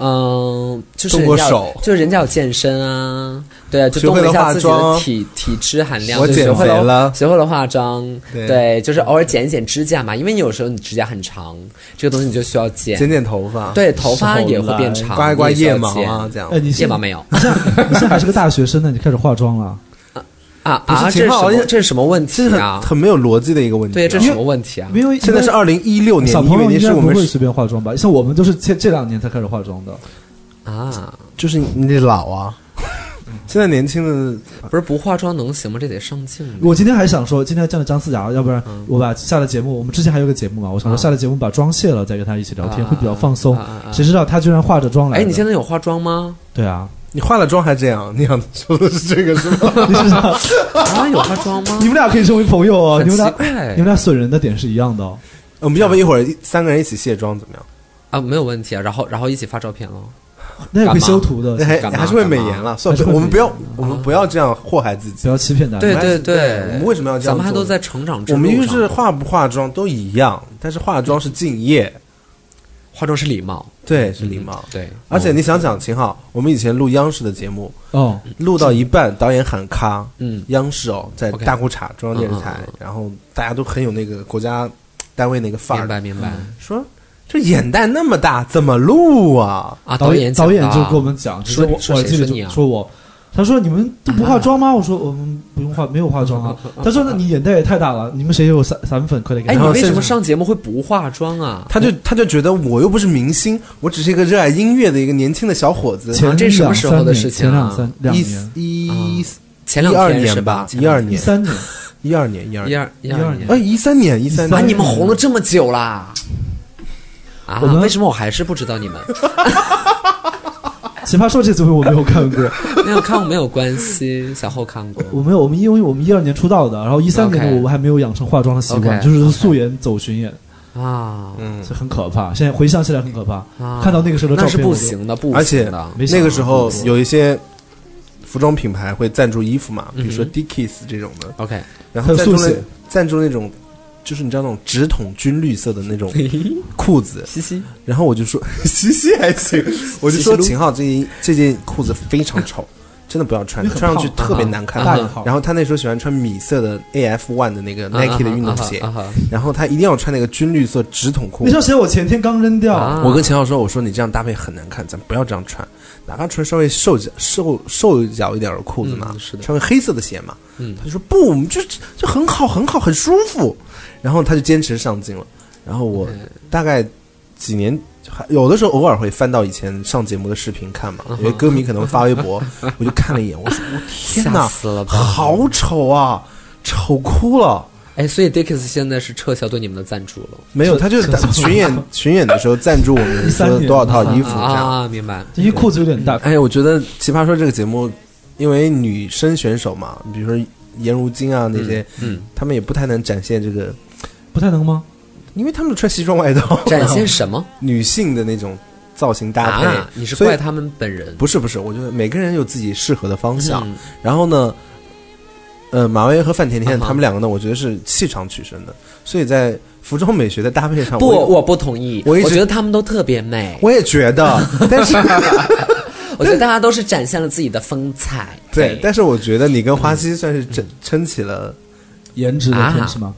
Speaker 5: 嗯，就是
Speaker 1: 动过
Speaker 5: 人家有
Speaker 1: 手
Speaker 5: 就是人家有健身啊，对啊，就
Speaker 1: 学
Speaker 5: 动
Speaker 1: 会
Speaker 5: 了一
Speaker 1: 了
Speaker 5: 下
Speaker 1: 化
Speaker 5: 自己的
Speaker 1: 妆
Speaker 5: 体体脂含量，
Speaker 1: 我
Speaker 5: 就学
Speaker 1: 减
Speaker 5: 会
Speaker 1: 肥了
Speaker 5: 学会了化妆，
Speaker 1: 对
Speaker 5: 对，就是偶尔剪一剪指甲嘛，因为你有时候你指甲很长，这个东西你就需要剪，
Speaker 1: 剪剪头发，，
Speaker 5: 对，头发也会变
Speaker 6: 手
Speaker 5: 长，
Speaker 1: 刮一刮
Speaker 5: 你也需要
Speaker 1: 腋毛啊
Speaker 5: 剪，
Speaker 1: 这样。
Speaker 6: 哎，你
Speaker 5: 腋
Speaker 6: 现 *laughs*
Speaker 5: 毛
Speaker 6: 在
Speaker 1: *laughs*
Speaker 5: 没有
Speaker 6: 你现在你现在还是个大学生呢，你开始化妆了。
Speaker 5: 啊
Speaker 1: 是
Speaker 5: 啊，这
Speaker 1: 秦
Speaker 5: 是什
Speaker 1: 昊
Speaker 5: 么
Speaker 1: 而且
Speaker 5: 这是什么问题
Speaker 1: 这是
Speaker 5: 啊
Speaker 1: 很？很没有逻辑的一个问题啊。
Speaker 5: 对，这是什么问题啊？
Speaker 6: 因为
Speaker 1: 现在是二零一六年，
Speaker 6: 小
Speaker 1: 你以
Speaker 6: 朋
Speaker 1: 为
Speaker 6: 友
Speaker 1: 那
Speaker 6: 应该
Speaker 1: 是我
Speaker 6: 不
Speaker 1: 们
Speaker 6: 会随便化妆吧？像我们都是这这两年才开始化妆的。
Speaker 5: 啊，
Speaker 1: 就是你得老啊。 *laughs* 现在年轻的
Speaker 5: 不是不化妆能行吗？这得上镜啊的。
Speaker 6: 我今天还想说，今天见了张思雅，要不然我把下了节目，我们之前还有个节目嘛，我想说
Speaker 5: 嗯啊
Speaker 6: 下了节目把妆卸了，再跟她一起聊天，
Speaker 5: 啊
Speaker 6: 会比较放松
Speaker 5: 啊啊啊。
Speaker 6: 谁知道她居然化着妆来的。
Speaker 5: 哎，你现在有化妆
Speaker 1: *laughs*
Speaker 5: 吗？
Speaker 6: 对啊， *laughs*
Speaker 1: 你化了妆还这样，你想说的是这个是吗？
Speaker 6: 你是不是？
Speaker 5: 啊，有化妆吗
Speaker 6: 你？们俩可以成为朋友
Speaker 1: 啊
Speaker 5: *laughs*
Speaker 6: 哦，
Speaker 5: 很
Speaker 6: 你们俩
Speaker 5: 奇怪
Speaker 6: 你们俩损人的点是一样的哦。
Speaker 1: *laughs* 我们要不一会儿三个人一起卸妆怎么样？
Speaker 5: 啊，没有问题啊。然后，然后一起发照片喽。
Speaker 6: 那也可以
Speaker 5: 干嘛
Speaker 6: 修图的
Speaker 1: 那，哎还
Speaker 5: 干嘛
Speaker 1: 还是会美颜了，算
Speaker 6: 还是
Speaker 1: 了，
Speaker 6: 会
Speaker 1: 我们不要
Speaker 6: 美，
Speaker 1: 我们不要这样祸害自己。
Speaker 6: 不要欺骗大
Speaker 5: 对
Speaker 6: 家。
Speaker 5: 对对，
Speaker 1: 我们为什么要这样
Speaker 5: 咱们还
Speaker 1: 做
Speaker 5: 都
Speaker 1: 呢
Speaker 5: 在成长之
Speaker 1: 我
Speaker 5: 路上。
Speaker 1: 们就是化不化妆都一样，但是化妆是敬业，
Speaker 5: 化妆是礼貌，嗯
Speaker 1: 对，是礼貌。
Speaker 5: 对，
Speaker 1: 而且你想想，秦昊，我们以前录央视的节目，
Speaker 6: 哦，
Speaker 1: 录到一半，导演喊咔，
Speaker 5: 嗯
Speaker 1: 央视哦，在
Speaker 5: OK
Speaker 1: 大裤衩中央电视台
Speaker 5: 嗯嗯，
Speaker 1: 然后大家都很有那个国家单位那个范
Speaker 5: 明
Speaker 1: 儿，
Speaker 5: 白明白。
Speaker 1: 说这眼袋那么大，怎么录啊？
Speaker 5: 啊，
Speaker 6: 导
Speaker 5: 演
Speaker 6: 导演
Speaker 5: 讲的
Speaker 6: 就
Speaker 5: 啊
Speaker 6: 跟我们讲，只是
Speaker 5: 说
Speaker 6: 我
Speaker 5: 说
Speaker 6: 我还
Speaker 5: 谁
Speaker 6: 记得
Speaker 5: 说你啊
Speaker 6: 就说我，他说你们都不化妆吗？我说我们不用化，没有化妆
Speaker 5: *laughs*
Speaker 6: 啊。他说那你眼袋也太大了，你们谁有散散粉，快点给
Speaker 5: 哎，你
Speaker 6: 他。
Speaker 5: 为什么上节目会不化妆啊？
Speaker 1: 他就他就觉得我又不是明星，我只是一个热爱音乐的一个年轻的小伙子。
Speaker 6: 前
Speaker 5: 这什么
Speaker 6: 两
Speaker 5: 时候
Speaker 6: 三
Speaker 5: 的
Speaker 6: 年
Speaker 5: 事
Speaker 6: 前
Speaker 5: 情
Speaker 6: 两
Speaker 5: 啊
Speaker 6: 三两
Speaker 1: 一
Speaker 6: 年，
Speaker 1: 一
Speaker 5: 前
Speaker 1: 一
Speaker 5: 啊哎两
Speaker 1: 二
Speaker 5: 天是
Speaker 1: 年
Speaker 5: 吧？前
Speaker 1: 一二
Speaker 6: 一
Speaker 1: 年，
Speaker 6: 三年，
Speaker 1: 一二年，一二
Speaker 5: 一
Speaker 1: 年，
Speaker 5: 二一
Speaker 6: 一二
Speaker 5: 年
Speaker 6: 年
Speaker 1: 哎，。一三年，一三
Speaker 5: 啊，
Speaker 1: 年，
Speaker 5: 你们红了这么久啦！啊
Speaker 6: 我，们
Speaker 5: 为什么我还是不知
Speaker 6: *laughs*
Speaker 5: 道你们？
Speaker 6: 奇葩说这次我没有看过，
Speaker 5: 没有看过没有关系，小后看过。
Speaker 6: 我没有，我们因为我们一二年出道的，然后一三年
Speaker 5: OK
Speaker 6: 的我们还没有养成化妆的习惯，
Speaker 5: OK，
Speaker 6: 就是素颜走巡演，
Speaker 1: 嗯
Speaker 5: 啊，
Speaker 6: 这很可怕。现在回想起来很可怕
Speaker 5: 啊，
Speaker 6: 看到那个时候的
Speaker 5: 那
Speaker 6: 照
Speaker 5: 是
Speaker 6: 片
Speaker 5: 不
Speaker 6: 我就，
Speaker 5: 行的，不
Speaker 1: 而
Speaker 5: 行
Speaker 1: 且
Speaker 5: 的。
Speaker 6: 没想
Speaker 1: 那
Speaker 6: 到
Speaker 1: 个时候有一些服装品牌会赞助衣服嘛，比如说
Speaker 5: 嗯
Speaker 1: Dickies 这种的， *laughs*
Speaker 5: OK，
Speaker 1: 然后
Speaker 6: 还
Speaker 1: 赞
Speaker 6: 有
Speaker 1: 助
Speaker 6: 速
Speaker 1: 那
Speaker 6: 写
Speaker 1: 赞助那种。就是你知道那种直筒军绿色的那种裤子，
Speaker 5: 嘻嘻，
Speaker 1: 然后我就说西西还行，我就
Speaker 5: 西西
Speaker 1: 说
Speaker 5: 撸
Speaker 1: 秦昊这一这件裤子非常丑， *laughs* 真的不要穿，
Speaker 6: 因为很
Speaker 1: 穿上去
Speaker 6: 胖嗯
Speaker 1: 特别
Speaker 5: 啊
Speaker 1: 难看。
Speaker 6: 大一号
Speaker 1: 然。后他那时候喜欢穿米色的 AF One 的那
Speaker 6: 嗯
Speaker 1: 个 Nike 的运动鞋
Speaker 5: 啊，哈啊哈
Speaker 1: 然后他一定要穿那个军绿色直筒裤
Speaker 6: 那。双鞋我前天刚扔掉，
Speaker 5: 啊
Speaker 1: 我跟秦昊说：“我说你这样搭配很难看，咱不要这样穿，哪怕穿稍微瘦脚、瘦瘦脚一点的裤子嘛，
Speaker 5: 嗯是的
Speaker 1: 穿个黑色的鞋嘛。”
Speaker 5: 嗯
Speaker 1: 他就说：“不，我们就就很好，很好，
Speaker 5: 嗯
Speaker 1: 很舒服。”然后他就坚持上镜了。然后我大概几年，还有的时候偶尔会翻到以前上节目的视频看嘛，
Speaker 5: 嗯
Speaker 1: 有些歌迷可能发微
Speaker 5: *laughs*
Speaker 1: 博，我就看了一眼，我说我天
Speaker 5: 吓
Speaker 1: 哪，
Speaker 5: 死了吧！，
Speaker 1: 好丑啊，丑哭了。
Speaker 5: 哎，所以 Dickies 现在是撤销对你们的赞助了，
Speaker 1: 没有，他就是打巡演巡演的时候赞助我
Speaker 5: *laughs*
Speaker 1: 们说
Speaker 6: 三年
Speaker 1: 多少套衣服这样。
Speaker 5: 啊，明白？
Speaker 6: 因为裤子有点大，
Speaker 1: 哎呀，我觉得《奇葩说》这个节目，因为女生选手嘛，比如说颜如晶啊那些，
Speaker 5: 嗯，
Speaker 1: 他们也不太能展现这个，
Speaker 6: 不太能吗？
Speaker 1: 因为他们穿西装外套，
Speaker 5: *laughs* 展现什么
Speaker 1: 女性的那种造型搭配。
Speaker 5: 啊？你是
Speaker 1: 所以
Speaker 5: 怪他们本人？
Speaker 1: 不是不是，我觉得每个人有自己适合的方向。
Speaker 5: 嗯
Speaker 1: 然后呢，呃，马薇和范甜甜
Speaker 5: 啊哈
Speaker 1: 他们两个呢，我觉得是气场取胜的，所以在服装美学的搭配上，
Speaker 5: 不，
Speaker 1: 我
Speaker 5: 我不同意。
Speaker 1: 我
Speaker 5: 我
Speaker 1: 一直
Speaker 5: 觉得他们都特别美，
Speaker 1: 我也觉得，但
Speaker 5: *laughs*
Speaker 1: 是
Speaker 5: 我觉得大家都是展现了自己的风采。
Speaker 1: 对，但是我觉得你跟花溪算是撑撑起了，
Speaker 6: 颜值的
Speaker 5: 啊
Speaker 6: 天是吗？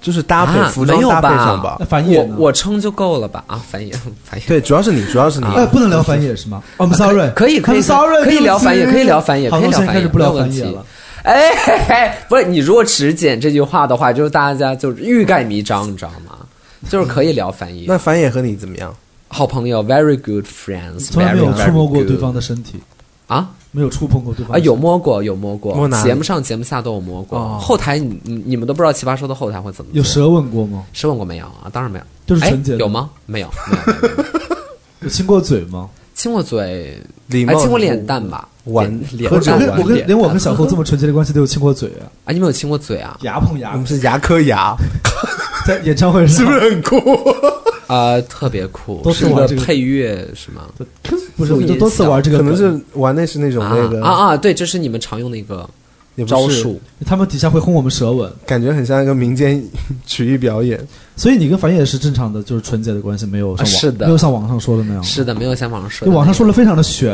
Speaker 1: 就是搭配、
Speaker 5: 啊
Speaker 1: 服装
Speaker 5: 没有
Speaker 1: 搭配
Speaker 5: 吧
Speaker 1: 上吧
Speaker 6: 那。繁
Speaker 5: 我
Speaker 6: 衍呢？
Speaker 5: 我撑就够了吧？啊，繁 *laughs* 衍，繁衍。
Speaker 1: 对，主要是你，主要是你。
Speaker 6: 哎，不能聊繁衍是吗哦？I'm sorry，
Speaker 5: 啊可以可以
Speaker 6: I'm sorry，
Speaker 5: 可以聊繁
Speaker 6: 对
Speaker 5: 衍，
Speaker 6: 不起
Speaker 5: 可以聊繁衍，
Speaker 6: 好
Speaker 5: 可
Speaker 6: 像
Speaker 5: 以聊
Speaker 6: 现在
Speaker 5: 繁
Speaker 6: 开
Speaker 5: 衍，
Speaker 6: 始不聊繁
Speaker 5: 没
Speaker 6: 衍
Speaker 5: 有问题
Speaker 6: 了。
Speaker 5: 哎 *laughs* 嘿嘿，不是你如果只剪这句话的话，就是大家就是欲盖弥彰，你知道吗？就是可以聊繁衍，
Speaker 1: 那繁衍和你怎么样？
Speaker 5: 好朋友，very good friends，
Speaker 6: 从来没有触摸过对方
Speaker 5: 的
Speaker 6: 的身体，
Speaker 5: 啊
Speaker 6: 没有触碰过对方
Speaker 5: 啊，
Speaker 6: 的身体
Speaker 5: 有摸过，有摸过，
Speaker 1: 摸哪里
Speaker 5: 节目上、节目下都有摸过。
Speaker 6: 哦
Speaker 5: 后台你你你们都不知道奇葩说的后台会怎么做
Speaker 6: 有舌吻过吗？
Speaker 5: 舌吻过没有啊？当然没有，
Speaker 6: 就是
Speaker 5: 哎
Speaker 6: 纯洁的
Speaker 5: 有吗？没有，没有没有，
Speaker 1: *laughs*
Speaker 5: 没有
Speaker 6: 有亲过嘴吗？
Speaker 5: 亲过嘴，
Speaker 1: 礼
Speaker 5: 哎，
Speaker 1: 貌
Speaker 5: 亲过脸蛋吧，
Speaker 1: 玩
Speaker 5: 脸
Speaker 1: 喝
Speaker 5: 脸
Speaker 6: 我
Speaker 1: 酒
Speaker 5: 蛋
Speaker 1: 完
Speaker 6: 跟
Speaker 1: 了
Speaker 5: 吧，
Speaker 6: 我跟
Speaker 5: 脸
Speaker 6: 连我
Speaker 5: 蛋
Speaker 6: 跟小寇这么纯洁的关系都有亲过嘴啊，
Speaker 5: 啊，你们有亲过嘴啊？
Speaker 6: 牙碰牙
Speaker 1: 我们是牙科牙，
Speaker 6: 在演唱会上
Speaker 1: 是不是很酷？
Speaker 5: 啊，特别酷，
Speaker 6: 都是
Speaker 5: 是一
Speaker 6: 玩
Speaker 5: 个
Speaker 6: 这个
Speaker 5: 配乐是吗？
Speaker 6: *laughs* 不是，我就多次玩这个
Speaker 1: 可
Speaker 6: 梗，
Speaker 1: 能是玩的是那种
Speaker 5: 啊
Speaker 1: 那个
Speaker 5: 啊啊！对，这是你们常用的一个
Speaker 1: 也不是
Speaker 5: 招数，
Speaker 6: 他们底下会轰我们舌吻，
Speaker 1: 感觉很像一个民间曲艺表演。
Speaker 6: 所以你跟繁衍是正常的，就是纯洁的关系，没有像网、
Speaker 5: 啊是的
Speaker 6: 没有像网上说的
Speaker 1: 嗯
Speaker 6: 那样，
Speaker 5: 是的，没有像网上说
Speaker 6: 就
Speaker 5: 的那个。
Speaker 6: 网上说的非常的悬，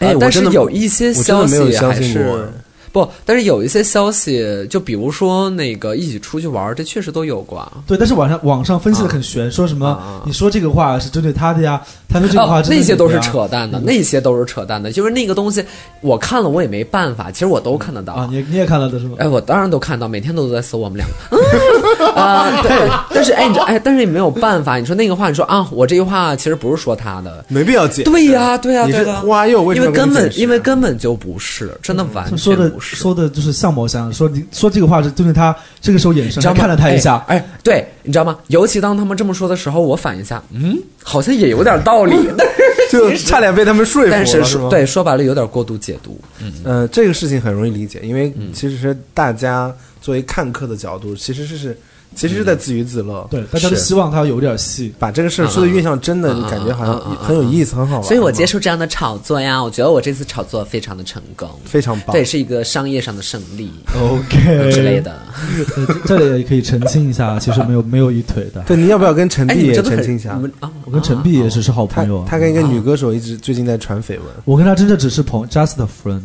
Speaker 5: 呃，
Speaker 1: 哎我
Speaker 5: 但
Speaker 1: 真
Speaker 5: 是
Speaker 1: 的
Speaker 5: 有一些
Speaker 1: 我真的
Speaker 5: 消
Speaker 1: 没有
Speaker 5: 息
Speaker 1: 相
Speaker 5: 还
Speaker 1: 信过
Speaker 5: 是不，但是有一些消息，就比如说那个一起出去玩儿，这确实都有过啊。
Speaker 6: 对，但是网上网上分析的很悬，说什么、
Speaker 5: 啊
Speaker 6: 你说这个话是针对他的呀，他说这个话
Speaker 5: 哦
Speaker 6: 针，对
Speaker 5: 那
Speaker 6: 你的呀、
Speaker 5: 些都是嗯扯淡的，那些都是扯淡的。就是那个东西，我看了我也没办法，其实我都看得到。
Speaker 6: 啊，你你也看到的是吗？
Speaker 5: 哎，我当然都看到，每天都在搜我们两个。 *laughs* 啊、对，但是哎，你知哎，但是也没有办法。你说那个话，你说啊，我这句话其实不是说他的，
Speaker 1: 没必要解释。
Speaker 5: 对呀、对呀、
Speaker 1: 你
Speaker 5: 对
Speaker 1: 是
Speaker 5: 呀、
Speaker 1: 花又为什
Speaker 5: 因
Speaker 1: 么
Speaker 5: 为
Speaker 1: 要跟
Speaker 5: 根
Speaker 1: 你
Speaker 5: 本
Speaker 1: 解释
Speaker 5: 因为根本就不是，真嗯的完
Speaker 6: 他说
Speaker 5: 全
Speaker 6: 的
Speaker 5: 不是。
Speaker 6: 说的就是像模像样，说你说这个话是针对他，这个时候眼
Speaker 5: 你
Speaker 6: 神
Speaker 5: 知道
Speaker 6: 还
Speaker 5: 吗
Speaker 6: 看了他一下，
Speaker 5: 哎，哎对，你知道吗？尤其当他们这么说的时候，我反应一下，嗯，好像也有点道理，但是
Speaker 1: 就差点被他们说服了，
Speaker 5: 但是
Speaker 1: 是吗
Speaker 5: 嗯说，对说白了有点过度解读，
Speaker 1: 呃，这个事情很容易理解，因为
Speaker 5: 嗯
Speaker 1: 其实大家作为看客的角度，其实是是其实是在自娱自乐，
Speaker 6: 对，大家都
Speaker 1: 是
Speaker 6: 希望他有点戏。
Speaker 1: 把这个事儿说的越像真的，
Speaker 5: 嗯
Speaker 1: 你感觉好
Speaker 5: 嗯嗯
Speaker 1: 像
Speaker 5: 嗯嗯
Speaker 1: 很有意思，很好啊玩。
Speaker 5: 所以我接
Speaker 1: 受
Speaker 5: 受这样的炒作呀，我觉得我这次炒作非常的成功，
Speaker 1: 非常棒。呃
Speaker 5: 对，是一个商业上的胜利
Speaker 6: OK
Speaker 5: *laughs* 之类，的。
Speaker 6: 对呃这这里也可以澄清一下，其实没有没有一腿的，
Speaker 1: 对，你要不要跟陈
Speaker 5: 哎，
Speaker 1: 碧
Speaker 5: 你们
Speaker 1: 也
Speaker 5: 真的
Speaker 1: 澄
Speaker 5: 很
Speaker 1: 清一下
Speaker 5: 你？们啊，
Speaker 6: 我跟陈碧也
Speaker 5: 啊
Speaker 6: 是是好
Speaker 1: 他
Speaker 6: 朋友啊，
Speaker 1: 他跟一个女歌手一直最近在传绯闻，
Speaker 6: 我跟他真的只是朋 just a friend，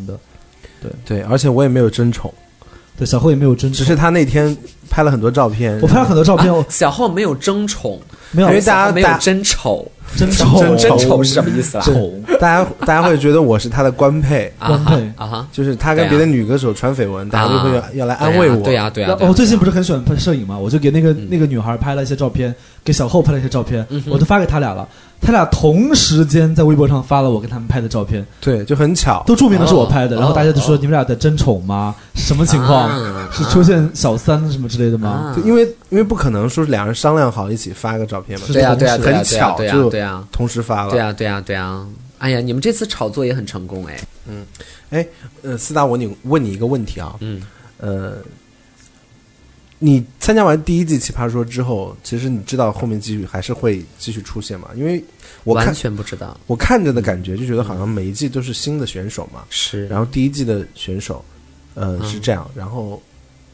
Speaker 1: 对，而且我也没有争宠，
Speaker 6: 对小慧也没有真
Speaker 1: 只
Speaker 6: 实，
Speaker 1: 是他那天拍了很多照片，
Speaker 6: 我拍了很多照片，
Speaker 5: 啊
Speaker 6: 我
Speaker 5: 小浩没有争宠，
Speaker 6: 没有
Speaker 1: 因为大家
Speaker 5: 小浩没有
Speaker 1: 大
Speaker 5: 真丑，
Speaker 6: 真丑
Speaker 5: 真丑是什么意思啦？
Speaker 6: 丑
Speaker 1: 大家大家会觉得我是他的官配，
Speaker 5: 啊哈
Speaker 6: 官配
Speaker 5: 啊哈，
Speaker 1: 就是他跟别的女歌手传绯闻，大家就会要要来安慰我。哦
Speaker 5: 对啊呀对呀，对呀嗯
Speaker 6: 我最近不是很喜欢拍摄影嘛，我就给那个、那个女孩拍了一些照片，给小后拍了一些照片，我都发给他俩了。他俩同时间在微博上发了我跟他们拍的照片，
Speaker 5: 啊
Speaker 1: 对，就很巧。
Speaker 6: 都注明的是我拍的，
Speaker 5: 哦
Speaker 6: 然后大家就说、你们俩在争宠吗？什么情况？
Speaker 5: 啊
Speaker 6: 是出现小三什么之类的吗？
Speaker 5: 啊
Speaker 1: 对因为因为不可能说两人商量好一起发个照片嘛，
Speaker 6: 是
Speaker 5: 对呀对呀啊对呀
Speaker 1: 很
Speaker 5: 对呀
Speaker 1: 巧
Speaker 5: 对呀
Speaker 1: 就
Speaker 5: 对呀。
Speaker 1: 同时发了。
Speaker 5: 对啊，对啊，对啊！哎呀，你们这次炒作也很成功哎。
Speaker 1: 呃，斯达，我你问你一个问题啊，
Speaker 5: 嗯，
Speaker 1: 呃，你参加完第一季《奇葩说》之后，其实你知道后面继续还是会继续出现嘛？因为我
Speaker 5: 完
Speaker 1: 看
Speaker 5: 全嗯不知道，
Speaker 1: 我看着的感觉就觉得好像每一季都是新的选手嘛，
Speaker 5: 是
Speaker 1: 然后第一季的选手，呃
Speaker 5: 嗯
Speaker 1: 是这样，然后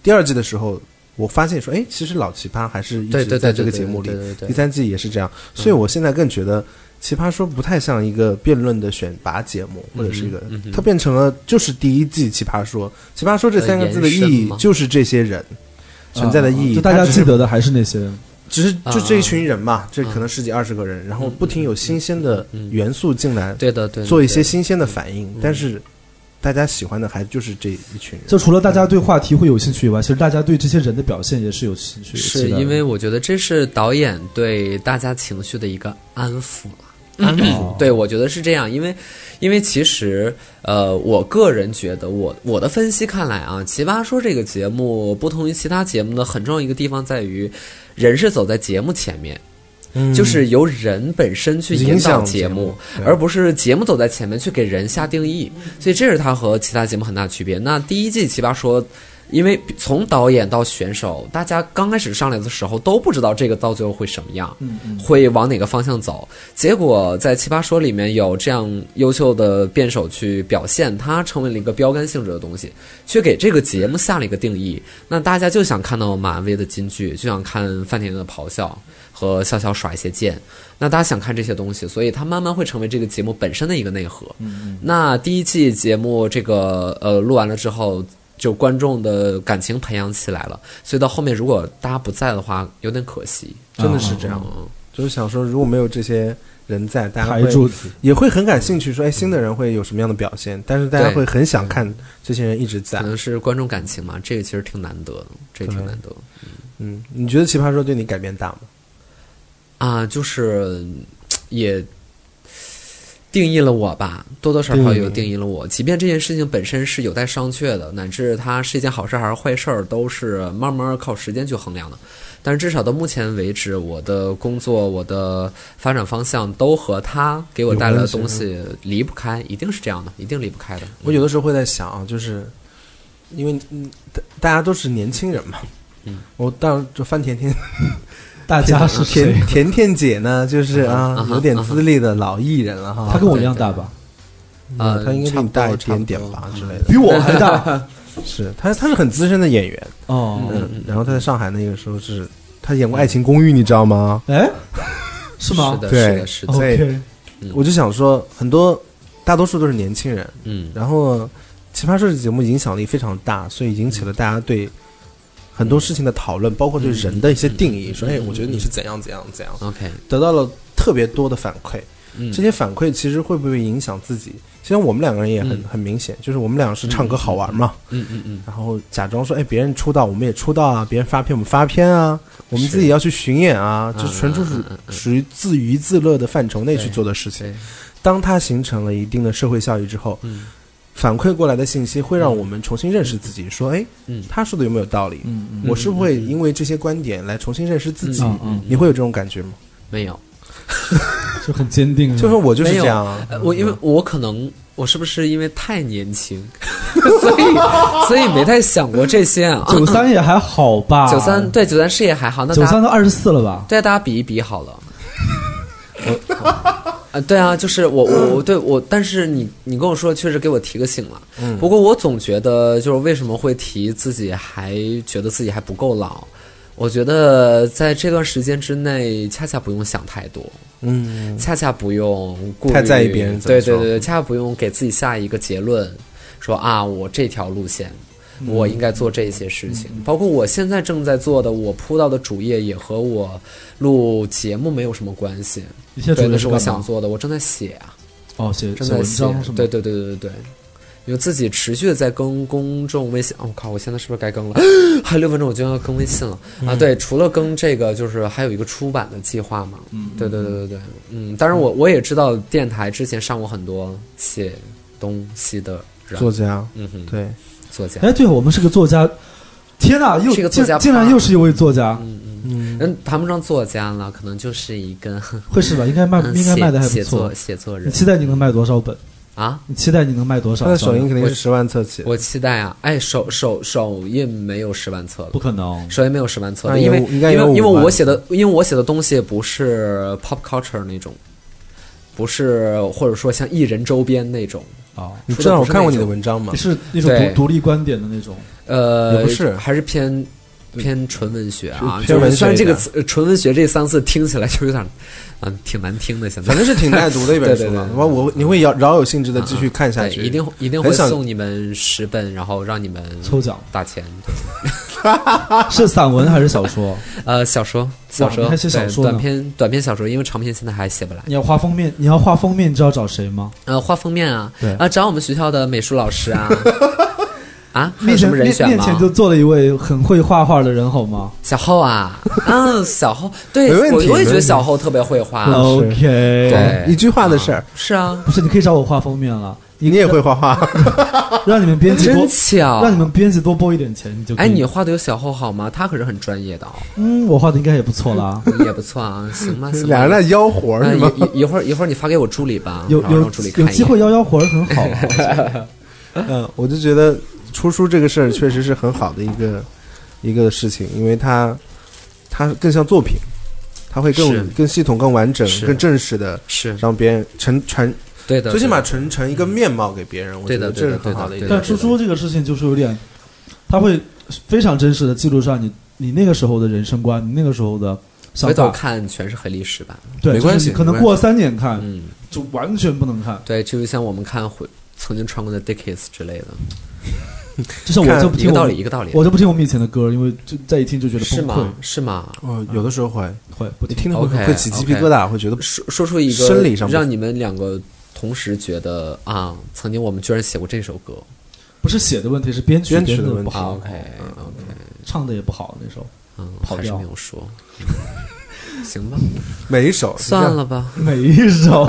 Speaker 1: 第二季的时候，我发现说，哎，其实老奇葩还是一
Speaker 5: 对
Speaker 1: 直
Speaker 5: 对
Speaker 1: 在
Speaker 5: 对
Speaker 1: 这
Speaker 5: 对
Speaker 1: 个
Speaker 5: 对
Speaker 1: 节目里
Speaker 5: 对对，对嗯
Speaker 1: 第三季也是这样，所以我现在更觉得。奇葩说不太像一个辩论的选拔节目，或者是一
Speaker 5: 嗯
Speaker 1: 个，它变成了就是第一季奇葩说。奇葩说这三个字的意
Speaker 5: 呃延伸
Speaker 1: 义
Speaker 5: 吗嗯
Speaker 1: 就是这些人存在的意义，
Speaker 6: 嗯就大
Speaker 1: 它
Speaker 6: 家
Speaker 1: 只
Speaker 6: 记
Speaker 1: 是
Speaker 6: 得的还是那些
Speaker 1: 只是就这一群人嘛，这
Speaker 5: 嗯
Speaker 1: 可能十几二十个人，然后不停有新鲜的元素进来，
Speaker 5: 对的，对的，
Speaker 1: 做一
Speaker 5: 嗯对
Speaker 1: 些
Speaker 5: 的
Speaker 1: 新鲜的反应，但是大家喜欢的还就是这一群人。
Speaker 6: 就除了大家对话题会有兴趣以外，其实大家对这些人的表现也是有兴趣。
Speaker 5: 是因为我觉得这是导演对大家情绪的一个安抚了。安抚，对我觉得是这样，因为，因为其实，呃，我个人觉得我，我的分析看来啊，《奇葩说》这个节目不同于其他节目的很重要一个地方在于，人是走在节目前面，就是由人本身去
Speaker 1: 嗯影
Speaker 5: 引导
Speaker 1: 响
Speaker 5: 节
Speaker 1: 节
Speaker 5: 目
Speaker 1: 目，对
Speaker 5: 而不是节目走在前面去给人下定义，所以这是它和其他节目很大的区别。那第一季《奇葩说》。因为从导演到选手，大家刚开始上来的时候都不知道这个到最后会什么样，
Speaker 1: 嗯
Speaker 5: 会往哪个方向走。结果在《奇葩说》里面有这样优秀的辩手去表现，它成为了一个标杆性质的东西，却给这个节目下了一个定义。那大家就想看到马薇的金句，就想看范甜甜的咆哮和笑笑耍一些剑。那大家想看这些东西，所以它慢慢会成为这个节目本身的一个内核。那第一季节目这个呃录完了之后，就观众的感情培养起来了，所以到后面如果大家不在的话，有点可惜，真的是这样。嗯
Speaker 1: 就是想说，如果没有这些人在，大家
Speaker 6: 台
Speaker 1: 会
Speaker 6: 柱子，
Speaker 1: 也会很感兴趣说，哎，新的人会有什么样的表现？但是大家
Speaker 5: 对
Speaker 1: 会很想看这些人一直在
Speaker 5: 可。能是观众感情嘛，这个其实挺难得的，这个挺难得的
Speaker 1: 嗯，你觉得《奇葩说》对你改变大吗？
Speaker 5: 嗯啊，就是嗯也定义了我吧，多多少少有定义了我。即便这件事情本身是有待商榷的，乃至它是一件好事还是坏事儿，都是慢慢靠时间去衡量的。但是至少到目前为止，我的工作、我的发展方向都和它给我带来的东西离不开，一定是这样的，一定离不开的。
Speaker 1: 啊我有的时候会在想啊，就是因为嗯，大大家都是年轻人嘛。嗯，我当然就范甜甜，
Speaker 6: 大家是谁
Speaker 1: 甜？甜甜姐呢，就是
Speaker 5: 啊
Speaker 1: 啊，
Speaker 5: 哈
Speaker 1: 有点资历的老艺人了哈。
Speaker 6: *laughs*
Speaker 1: 嗯
Speaker 6: 他跟我一样大
Speaker 5: *laughs*
Speaker 6: 吧？
Speaker 5: 呃，
Speaker 1: 他应该比
Speaker 5: 差
Speaker 1: 你
Speaker 5: 不
Speaker 1: 大一
Speaker 5: 多，差
Speaker 1: 点
Speaker 5: 不
Speaker 1: 点
Speaker 5: 多
Speaker 1: 吧之类的。
Speaker 6: 比我还大
Speaker 1: 是他，他是很资深的演员。
Speaker 6: 哦。
Speaker 1: 嗯，然后他在上海那个时候是，他演过《爱情公寓》，你知道吗？
Speaker 6: 哎， *laughs* 是吗
Speaker 5: 是？的，是
Speaker 1: 对
Speaker 5: 的，是的，
Speaker 1: 所以
Speaker 6: OK，
Speaker 1: 我就想说，很多大多数都是年轻人，
Speaker 5: 嗯。
Speaker 1: 然后《奇葩说》这节目影响力非常大，所以引起了大家对很
Speaker 5: 嗯
Speaker 1: 多事情的讨论，包括对人的一些定义，说哎，我觉得你是怎样怎样怎样，
Speaker 5: OK，
Speaker 1: 得到了特别多的反馈。
Speaker 5: 嗯
Speaker 1: 这些反馈其实会不会影响自己？其实我们两个人也很很明显，就是我们俩是唱歌好玩嘛，
Speaker 5: 嗯嗯嗯，
Speaker 1: 然后假装说，哎，别人出道我们也出道啊，别人发片我们发片啊，我们自己要去巡演啊，
Speaker 5: 嗯
Speaker 1: 这纯属
Speaker 5: 嗯嗯嗯
Speaker 1: 属于自娱自乐的范畴内去做的事情
Speaker 5: 对。
Speaker 1: 当它形成了一定的社会效益之后，
Speaker 5: 嗯
Speaker 1: 反馈过来的信息会让我们重新认识自己，说，哎，
Speaker 5: 嗯
Speaker 1: 他说的有没有道理？
Speaker 6: 嗯嗯
Speaker 1: 我是不会因为这些观点来重新认识自己
Speaker 6: 嗯嗯嗯？
Speaker 1: 你会有这种感觉吗？
Speaker 5: 没有，
Speaker 6: 就很坚定。啊
Speaker 1: 就是我就是
Speaker 5: 没有
Speaker 1: 这样啊，
Speaker 5: 呃我因为我可能我是不是因为太年轻， *laughs* 所以所以没太想过这些啊。
Speaker 6: 九三也还好
Speaker 1: 啊
Speaker 6: 吧？
Speaker 5: 九三对九三事业还好，那
Speaker 6: 九
Speaker 5: 大家
Speaker 6: 三都二十四了吧？
Speaker 5: 对大家比一比好了。啊，对啊，就是我我我对我，但是你你跟我说，确实给我提个醒了。嗯，不过我总觉得，就是为什么会提自己还觉得自己还不够老？我觉得在这段时间之内，恰恰不用想太多。
Speaker 1: 嗯，
Speaker 5: 恰恰不用顾虑
Speaker 1: 太在意别人怎么
Speaker 5: 对对
Speaker 1: 说
Speaker 5: 对对，恰恰不用给自己下一个结论，说啊，我这条路线，
Speaker 1: 嗯
Speaker 5: 我应该做这些事情。包括我现在正在做的，我铺到的主页也和我录节目没有什么关系，
Speaker 6: 你现在
Speaker 5: 对，
Speaker 6: 主
Speaker 5: 那
Speaker 6: 要
Speaker 5: 是
Speaker 6: 干
Speaker 5: 我
Speaker 6: 嘛
Speaker 5: 想做的，我正在写啊，
Speaker 6: 哦，写
Speaker 5: 正
Speaker 6: 写
Speaker 5: 在
Speaker 6: 文
Speaker 5: 写
Speaker 6: 章是，吗？
Speaker 5: 对对对对对对。因为自己持续的在更公众微信，哦、我靠，我现在是不是该更了？ *gasps* 还有六分钟我就要更微信了、
Speaker 6: 嗯
Speaker 5: 啊！对，除了更这个，就是还有一个出版的计划嘛。嗯，对对对对对，嗯，当然我我也知道电台之前上过很多写东西的人，
Speaker 1: 作家，
Speaker 5: 嗯哼，
Speaker 1: 对，
Speaker 5: 作家，
Speaker 6: 哎，对，我们是个作家。天哪，又
Speaker 5: 是个作家
Speaker 6: 竟竟然又是一位作家，
Speaker 5: 嗯，谈不上作家了，可能就是一个
Speaker 6: 会是吧？应
Speaker 5: *laughs*
Speaker 6: 该卖，
Speaker 5: 嗯
Speaker 6: 应该
Speaker 5: 写
Speaker 6: 卖的还不
Speaker 5: 写
Speaker 6: 错
Speaker 5: 作。写作
Speaker 6: 你
Speaker 5: 人
Speaker 6: 期待你能卖多少本？
Speaker 5: 啊，
Speaker 6: 你期待你能卖多少
Speaker 1: 他的
Speaker 6: 张？
Speaker 1: 首映肯定是十万册起，
Speaker 5: 我期待啊！哎，首首首印没有十万册了
Speaker 6: 不。可能。
Speaker 5: 首页没有十万册的，
Speaker 1: 那
Speaker 5: 因
Speaker 1: 有
Speaker 5: 为
Speaker 1: 应
Speaker 5: 因
Speaker 1: 该
Speaker 5: 为
Speaker 1: 有
Speaker 5: 因为
Speaker 1: 五万
Speaker 5: 我写的，因为我写的东西不是 pop culture 那种，不是或者说像艺人周边那种，
Speaker 6: 哦，
Speaker 1: 你知道我
Speaker 5: 出的不是
Speaker 1: 看过你的
Speaker 5: 那种
Speaker 1: 文章吗
Speaker 6: 你？是那种
Speaker 5: 对
Speaker 6: 独独立观点的那种。 *laughs*
Speaker 5: 呃，
Speaker 1: 也不是嗯
Speaker 5: 还是偏偏纯文学啊。
Speaker 1: 是
Speaker 5: 就
Speaker 1: 偏文
Speaker 5: 是
Speaker 1: 学
Speaker 5: 虽然这个
Speaker 1: 一点
Speaker 5: 词“纯文学”这三个字听起来就有点， *laughs* 嗯，挺难听的。现在
Speaker 1: 反正是挺耐读的一本
Speaker 5: *laughs* 对
Speaker 1: 书
Speaker 5: 对
Speaker 1: 嘛
Speaker 5: 对，对哎
Speaker 1: 我我你会饶饶有兴致的继续看下
Speaker 5: 对
Speaker 1: 去，
Speaker 5: 一定一定会
Speaker 1: 很想
Speaker 5: 送你们十本，然后让你们
Speaker 6: 抽奖
Speaker 5: 打钱。
Speaker 6: 是散文还是小
Speaker 5: *laughs*
Speaker 6: 说？
Speaker 5: 呃，小说，小
Speaker 6: 你
Speaker 5: 说，
Speaker 6: 还写小
Speaker 5: 对
Speaker 6: 说呢
Speaker 5: 短篇，短篇小说，因为长篇现在还写不来。
Speaker 6: 你要画封面，你要画封面，你知道找谁吗？
Speaker 5: 呃，画封面啊
Speaker 6: 对，
Speaker 5: 啊，找我们学校的美术老
Speaker 6: *laughs*
Speaker 5: 师啊，啊，还有
Speaker 6: 面
Speaker 5: 什
Speaker 6: 前
Speaker 5: 么人
Speaker 6: 面
Speaker 5: 选
Speaker 6: 面
Speaker 5: 吗？
Speaker 6: 前就坐了一位很会画画的人，好吗
Speaker 5: 小浩啊，嗯，
Speaker 6: *laughs*
Speaker 5: 小浩，对
Speaker 1: 没问
Speaker 5: 我
Speaker 1: 题
Speaker 5: 我也
Speaker 1: 没
Speaker 5: 觉
Speaker 1: 问
Speaker 5: 得
Speaker 1: 题
Speaker 5: 小浩特别会画，
Speaker 6: ？OK，
Speaker 5: 嗯对
Speaker 1: 一句话的事儿，
Speaker 5: 是啊，
Speaker 6: 不是，你可以找我画封面
Speaker 5: *laughs*
Speaker 6: 了，
Speaker 1: 你也会画画，
Speaker 6: 让你们编辑多
Speaker 5: 真，巧，
Speaker 6: 让你们编辑多拨一点钱，你就可以
Speaker 5: 哎，你画的有小浩好吗？他可是很专业的哦，
Speaker 6: 嗯，我画的应该也不错啦。
Speaker 5: *laughs* 也不
Speaker 6: *laughs*
Speaker 5: 错啊，行吧，行吧。
Speaker 1: 俩人在吆喝
Speaker 5: 嗯
Speaker 1: 是吗？
Speaker 5: 一一一会儿一会儿你发给我助理吧，
Speaker 6: 有
Speaker 5: 然后
Speaker 6: 有
Speaker 5: 让助理看
Speaker 6: 有
Speaker 5: 一眼
Speaker 6: 机会。邀邀活儿很好啊，
Speaker 1: 嗯，我就觉得出书这个事儿确实是很好的一个一个事情，因为它它更像作品，它会
Speaker 5: 是
Speaker 1: 更更系统、更完整、
Speaker 5: 是
Speaker 1: 更正式的
Speaker 5: 是
Speaker 1: 让别人呈传，
Speaker 5: 对的，
Speaker 1: 最起
Speaker 5: 对
Speaker 1: 码
Speaker 5: 的
Speaker 1: 呈呈一个面貌给别人，我
Speaker 5: 对
Speaker 1: 觉
Speaker 5: 的
Speaker 1: 得
Speaker 5: 对
Speaker 1: 这
Speaker 5: 的
Speaker 1: 是很好的一
Speaker 5: 对
Speaker 1: 个
Speaker 5: 的
Speaker 6: 但
Speaker 1: 事
Speaker 6: 出
Speaker 1: 情。
Speaker 6: 书这个事情就是有点，他会非常真实的记录上你你那个时候的人生观，你那个时候的想
Speaker 5: 回头
Speaker 6: 法。
Speaker 5: 看全是黑历史吧。
Speaker 6: 对，
Speaker 1: 没
Speaker 6: 就是
Speaker 1: 关系
Speaker 6: 你可能
Speaker 1: 没关
Speaker 6: 过三年看
Speaker 5: 嗯，
Speaker 6: 就完全不能看，
Speaker 5: 对，就像我们看回曾经穿过的 Dickies 之类的，
Speaker 6: 就像我
Speaker 1: 看
Speaker 6: 就不
Speaker 5: 一
Speaker 6: 听
Speaker 5: 个
Speaker 6: 我
Speaker 5: 道
Speaker 6: 们
Speaker 5: 理，一个道理。
Speaker 6: 我就不听我们以前的歌，因为就再一听就觉得
Speaker 5: 是
Speaker 6: 崩溃
Speaker 5: 吗？，是吗？
Speaker 1: 哦，有的时候会，
Speaker 6: 会不
Speaker 1: 你
Speaker 6: 听。
Speaker 1: 听了会
Speaker 5: OK，
Speaker 1: 会起鸡皮疙瘩，会觉得
Speaker 5: 说说出一个
Speaker 1: 生理上不
Speaker 5: 让你们两个同时觉得啊，曾经我们居然写过这首歌。
Speaker 6: 不是写的问题，是编曲
Speaker 1: 编曲
Speaker 6: 编
Speaker 1: 的
Speaker 6: 的
Speaker 1: 问
Speaker 6: 不
Speaker 1: 题
Speaker 6: 好，
Speaker 5: OK，
Speaker 6: 唱的也不好那时候。
Speaker 5: 嗯，
Speaker 6: 跑
Speaker 5: 还是
Speaker 6: 调
Speaker 5: 没有
Speaker 6: *laughs*
Speaker 5: 说。行吧，
Speaker 1: 每一首
Speaker 5: 算了吧，
Speaker 6: 每一首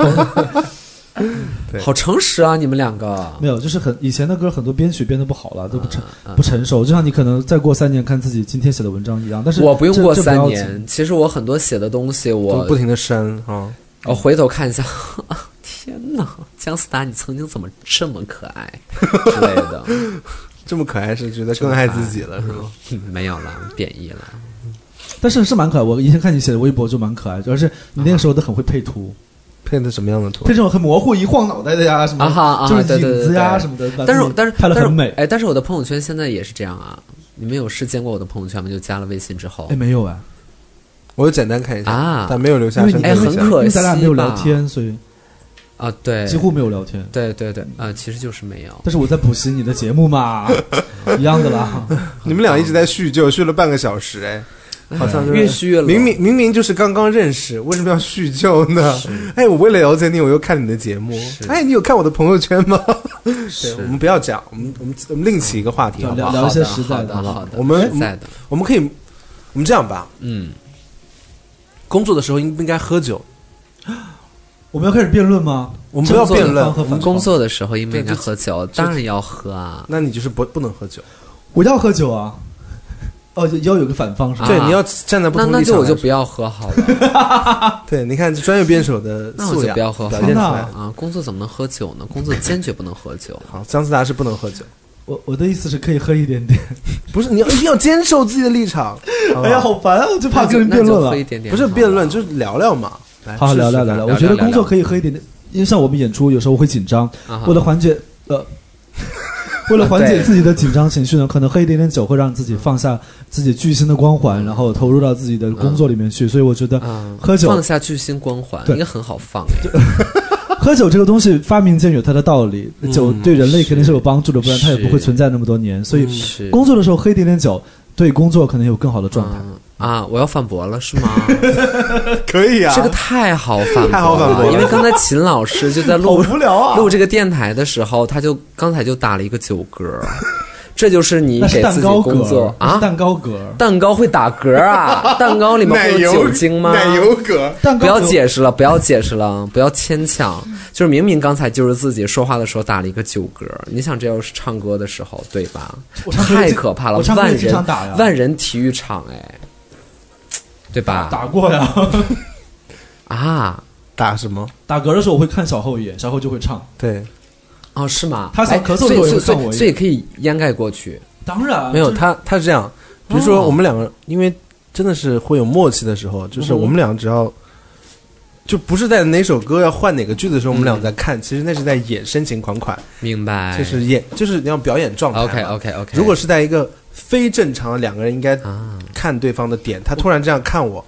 Speaker 6: *laughs*
Speaker 1: 对
Speaker 5: 好诚实啊，你们两个。
Speaker 6: 没有，就是很以前的歌很多编曲编的不好了，都不成
Speaker 5: 嗯
Speaker 6: 不成熟。就像你可能再过三年看自己今天写的文章一样，但是
Speaker 5: 我不用
Speaker 6: 这
Speaker 5: 过
Speaker 6: 这
Speaker 5: 三
Speaker 6: 要紧
Speaker 5: 年，其实我很多写的东西，
Speaker 1: 就
Speaker 5: 我
Speaker 1: 不停的删啊，
Speaker 5: 我回头看一下， *laughs* 天哪，姜思达，你曾经怎么这么可爱之
Speaker 6: *laughs*
Speaker 5: 类的？
Speaker 1: 这么可爱是觉得更爱自己了是
Speaker 5: 嗯
Speaker 1: 吗？
Speaker 5: 没有了，贬义了。
Speaker 6: 但是是蛮可爱。我以前看你写的微博就蛮可爱，主要是你那个时候都很会配图，
Speaker 1: 配的什么样的图
Speaker 6: 配？这种很模糊、一晃脑袋的呀，什么
Speaker 5: 啊啊哈啊哈
Speaker 6: 就是影子呀
Speaker 5: 对
Speaker 6: 什么的。
Speaker 1: 呃
Speaker 6: 把
Speaker 5: 但是
Speaker 6: 自
Speaker 5: 我
Speaker 6: 己
Speaker 5: 但是
Speaker 6: 拍的
Speaker 5: 但是
Speaker 6: 很美。
Speaker 5: 哎，但是我的朋友圈现在也是这样啊。你们有是见过我的朋友圈吗？就加了微信之后
Speaker 6: 哎，，没有哎，
Speaker 1: *laughs* 我就简单看一下
Speaker 5: 啊，
Speaker 1: 但没有留
Speaker 6: 因
Speaker 1: 下
Speaker 6: 为
Speaker 1: 深
Speaker 6: 你
Speaker 1: 刻
Speaker 5: 哎
Speaker 1: 印
Speaker 5: 很
Speaker 1: 象
Speaker 5: 可
Speaker 6: 因为咱俩没有
Speaker 5: 惜吧
Speaker 6: 聊天，所以
Speaker 5: 啊，对，
Speaker 6: 几乎没有聊天。
Speaker 5: 对对对，啊，其实就是没有。
Speaker 6: 但是我在补习你的节目
Speaker 5: *laughs*
Speaker 6: 嘛，一样的啦。
Speaker 1: 你们俩一直在叙旧，叙了半个小时，哎，好像是
Speaker 5: 越虚越冷，
Speaker 1: 明明明明就是刚刚认识，为什么要叙旧呢？哎，我为了了解你，我又看你的节目。哎，你有看我的朋友圈吗？对，我们不要讲，我们我们我们另起一个话题，
Speaker 6: 对
Speaker 1: 好不
Speaker 6: 聊
Speaker 1: 好？
Speaker 6: 聊一些
Speaker 5: 好的
Speaker 6: 实在
Speaker 5: 好
Speaker 6: 好
Speaker 5: 的，
Speaker 6: 不
Speaker 5: 好的，
Speaker 1: 我们
Speaker 5: 实在的，
Speaker 1: 我们可以，我们这样吧，
Speaker 5: 嗯，
Speaker 1: 工作的时候应不应该喝酒？
Speaker 6: 我们要开始辩论吗？
Speaker 1: 我们不要
Speaker 5: 工作的
Speaker 1: 辩论
Speaker 6: 方，和
Speaker 5: 我们工作的时候应不应该
Speaker 1: 对就
Speaker 5: 喝酒？当然要喝啊，
Speaker 1: 那你就是不不能喝酒。
Speaker 6: 我要喝酒啊！哦，就要有个反方是吧？
Speaker 5: 啊
Speaker 1: 对，你要站在不
Speaker 5: 那
Speaker 1: 同
Speaker 5: 那
Speaker 1: 立
Speaker 5: 就
Speaker 1: 场
Speaker 5: 我
Speaker 1: 来
Speaker 5: 就
Speaker 1: 说。
Speaker 5: 不要喝好
Speaker 1: *laughs*
Speaker 5: 了
Speaker 1: 对，你看这专业辩手的
Speaker 5: 那我
Speaker 1: 素
Speaker 5: 就
Speaker 1: 养，
Speaker 5: 不要喝
Speaker 1: 表现出来
Speaker 6: 好。
Speaker 5: 啊！工作怎么能喝酒呢？工作坚决不能喝酒。
Speaker 1: 好，姜思达是不能喝酒，
Speaker 6: 我我的意思是可以喝一点点。
Speaker 1: 不是你要一定要坚守自己的立
Speaker 6: *laughs*
Speaker 1: 场。好不
Speaker 6: 哎呀，
Speaker 1: 好
Speaker 6: 好烦啊！我就怕
Speaker 5: 那
Speaker 6: 跟人
Speaker 5: 就那
Speaker 6: 辩
Speaker 5: 就
Speaker 6: 论
Speaker 5: 喝
Speaker 6: 了
Speaker 5: 一。点点
Speaker 1: 不
Speaker 5: 好了，
Speaker 1: 是辩论，就是聊聊嘛。来
Speaker 6: 好，
Speaker 1: 试
Speaker 6: 聊
Speaker 1: 试
Speaker 6: 聊
Speaker 1: 看
Speaker 6: 聊聊。
Speaker 5: 聊
Speaker 6: 我觉得工
Speaker 5: 聊
Speaker 6: 作
Speaker 5: 聊
Speaker 6: 可以喝一点点，因为像我们演出有时候会紧张
Speaker 5: 啊哈，
Speaker 6: 为了缓解呃，为了缓解自己的紧张情绪呢，可能喝一点点酒会让自己放下自己巨星的光环，然后投入到自己的工作里面去。所以我觉得
Speaker 5: 嗯，
Speaker 6: 喝酒
Speaker 5: 放下巨星光环，
Speaker 6: 对
Speaker 5: 应该很好放哎。
Speaker 6: 喝酒这个东西，发明间有它的道理，
Speaker 5: 嗯
Speaker 6: 酒对人类肯定是有帮助的，不然它也不会存在那么多年。所以
Speaker 5: 嗯是
Speaker 6: 工作的时候喝一点点酒，对工作可能有更好的状态。
Speaker 5: 嗯啊，我要反驳
Speaker 6: *laughs*
Speaker 5: 了是吗？
Speaker 1: 可以啊，
Speaker 5: 这个太好反驳了，
Speaker 1: 太好反驳了
Speaker 5: 因为刚才秦老师就
Speaker 6: *laughs*
Speaker 5: 在录
Speaker 6: 无聊啊
Speaker 5: 录这个电台的时候，他就刚才就打了一个酒嗝，
Speaker 6: *laughs*
Speaker 5: 这就是你
Speaker 6: 那是
Speaker 5: 给
Speaker 6: 蛋
Speaker 5: 自己
Speaker 6: 糕格
Speaker 5: 工作
Speaker 6: 那是
Speaker 5: 啊。
Speaker 6: 蛋糕格，
Speaker 5: 蛋糕会打嗝啊？蛋糕里面
Speaker 1: 奶
Speaker 5: 会有
Speaker 1: 油
Speaker 5: 酒精吗？
Speaker 1: 奶油哥，
Speaker 6: 蛋
Speaker 5: 不
Speaker 6: 糕
Speaker 5: 要
Speaker 6: 格
Speaker 5: 解释了，不要解释了，不要牵强。就是明明刚才就是自己说话的时候打了一个酒嗝，你想这要是唱歌的时候，对吧
Speaker 6: 我？唱歌也
Speaker 5: 太
Speaker 6: 经
Speaker 5: 可怕了
Speaker 6: 我，唱歌也
Speaker 5: 万
Speaker 6: 经
Speaker 5: 人
Speaker 6: 常打哎呀
Speaker 5: 万人体育场哎，对吧？
Speaker 6: 打过呀。 *laughs*
Speaker 5: 啊，
Speaker 1: 打什么？
Speaker 6: 打嗝的时候我会看小后一眼，小后就会唱。
Speaker 1: 对，
Speaker 5: 哦是吗？
Speaker 6: 他想
Speaker 5: 哎
Speaker 6: 咳嗽
Speaker 5: 所以
Speaker 6: 的时候也会
Speaker 5: 所以所
Speaker 6: 看我
Speaker 5: 以
Speaker 6: 一
Speaker 5: 所以可以掩盖过去。
Speaker 6: 当然
Speaker 1: 没有
Speaker 6: 就是
Speaker 1: 他，他是这样，比如说
Speaker 5: 哦
Speaker 1: 我们两个，因为真的是会有默契的时候，就是我们俩只要。就不是在哪首歌要换哪个剧的时候，我们俩在看，其实那是在演深情款款，
Speaker 5: 明白，
Speaker 1: 就是演，就是你要表演状态嘛。
Speaker 5: OK OK OK。
Speaker 1: 如果是在一个非正常的两个人应该
Speaker 5: 啊，
Speaker 1: 看对方的点，他突然这样看我，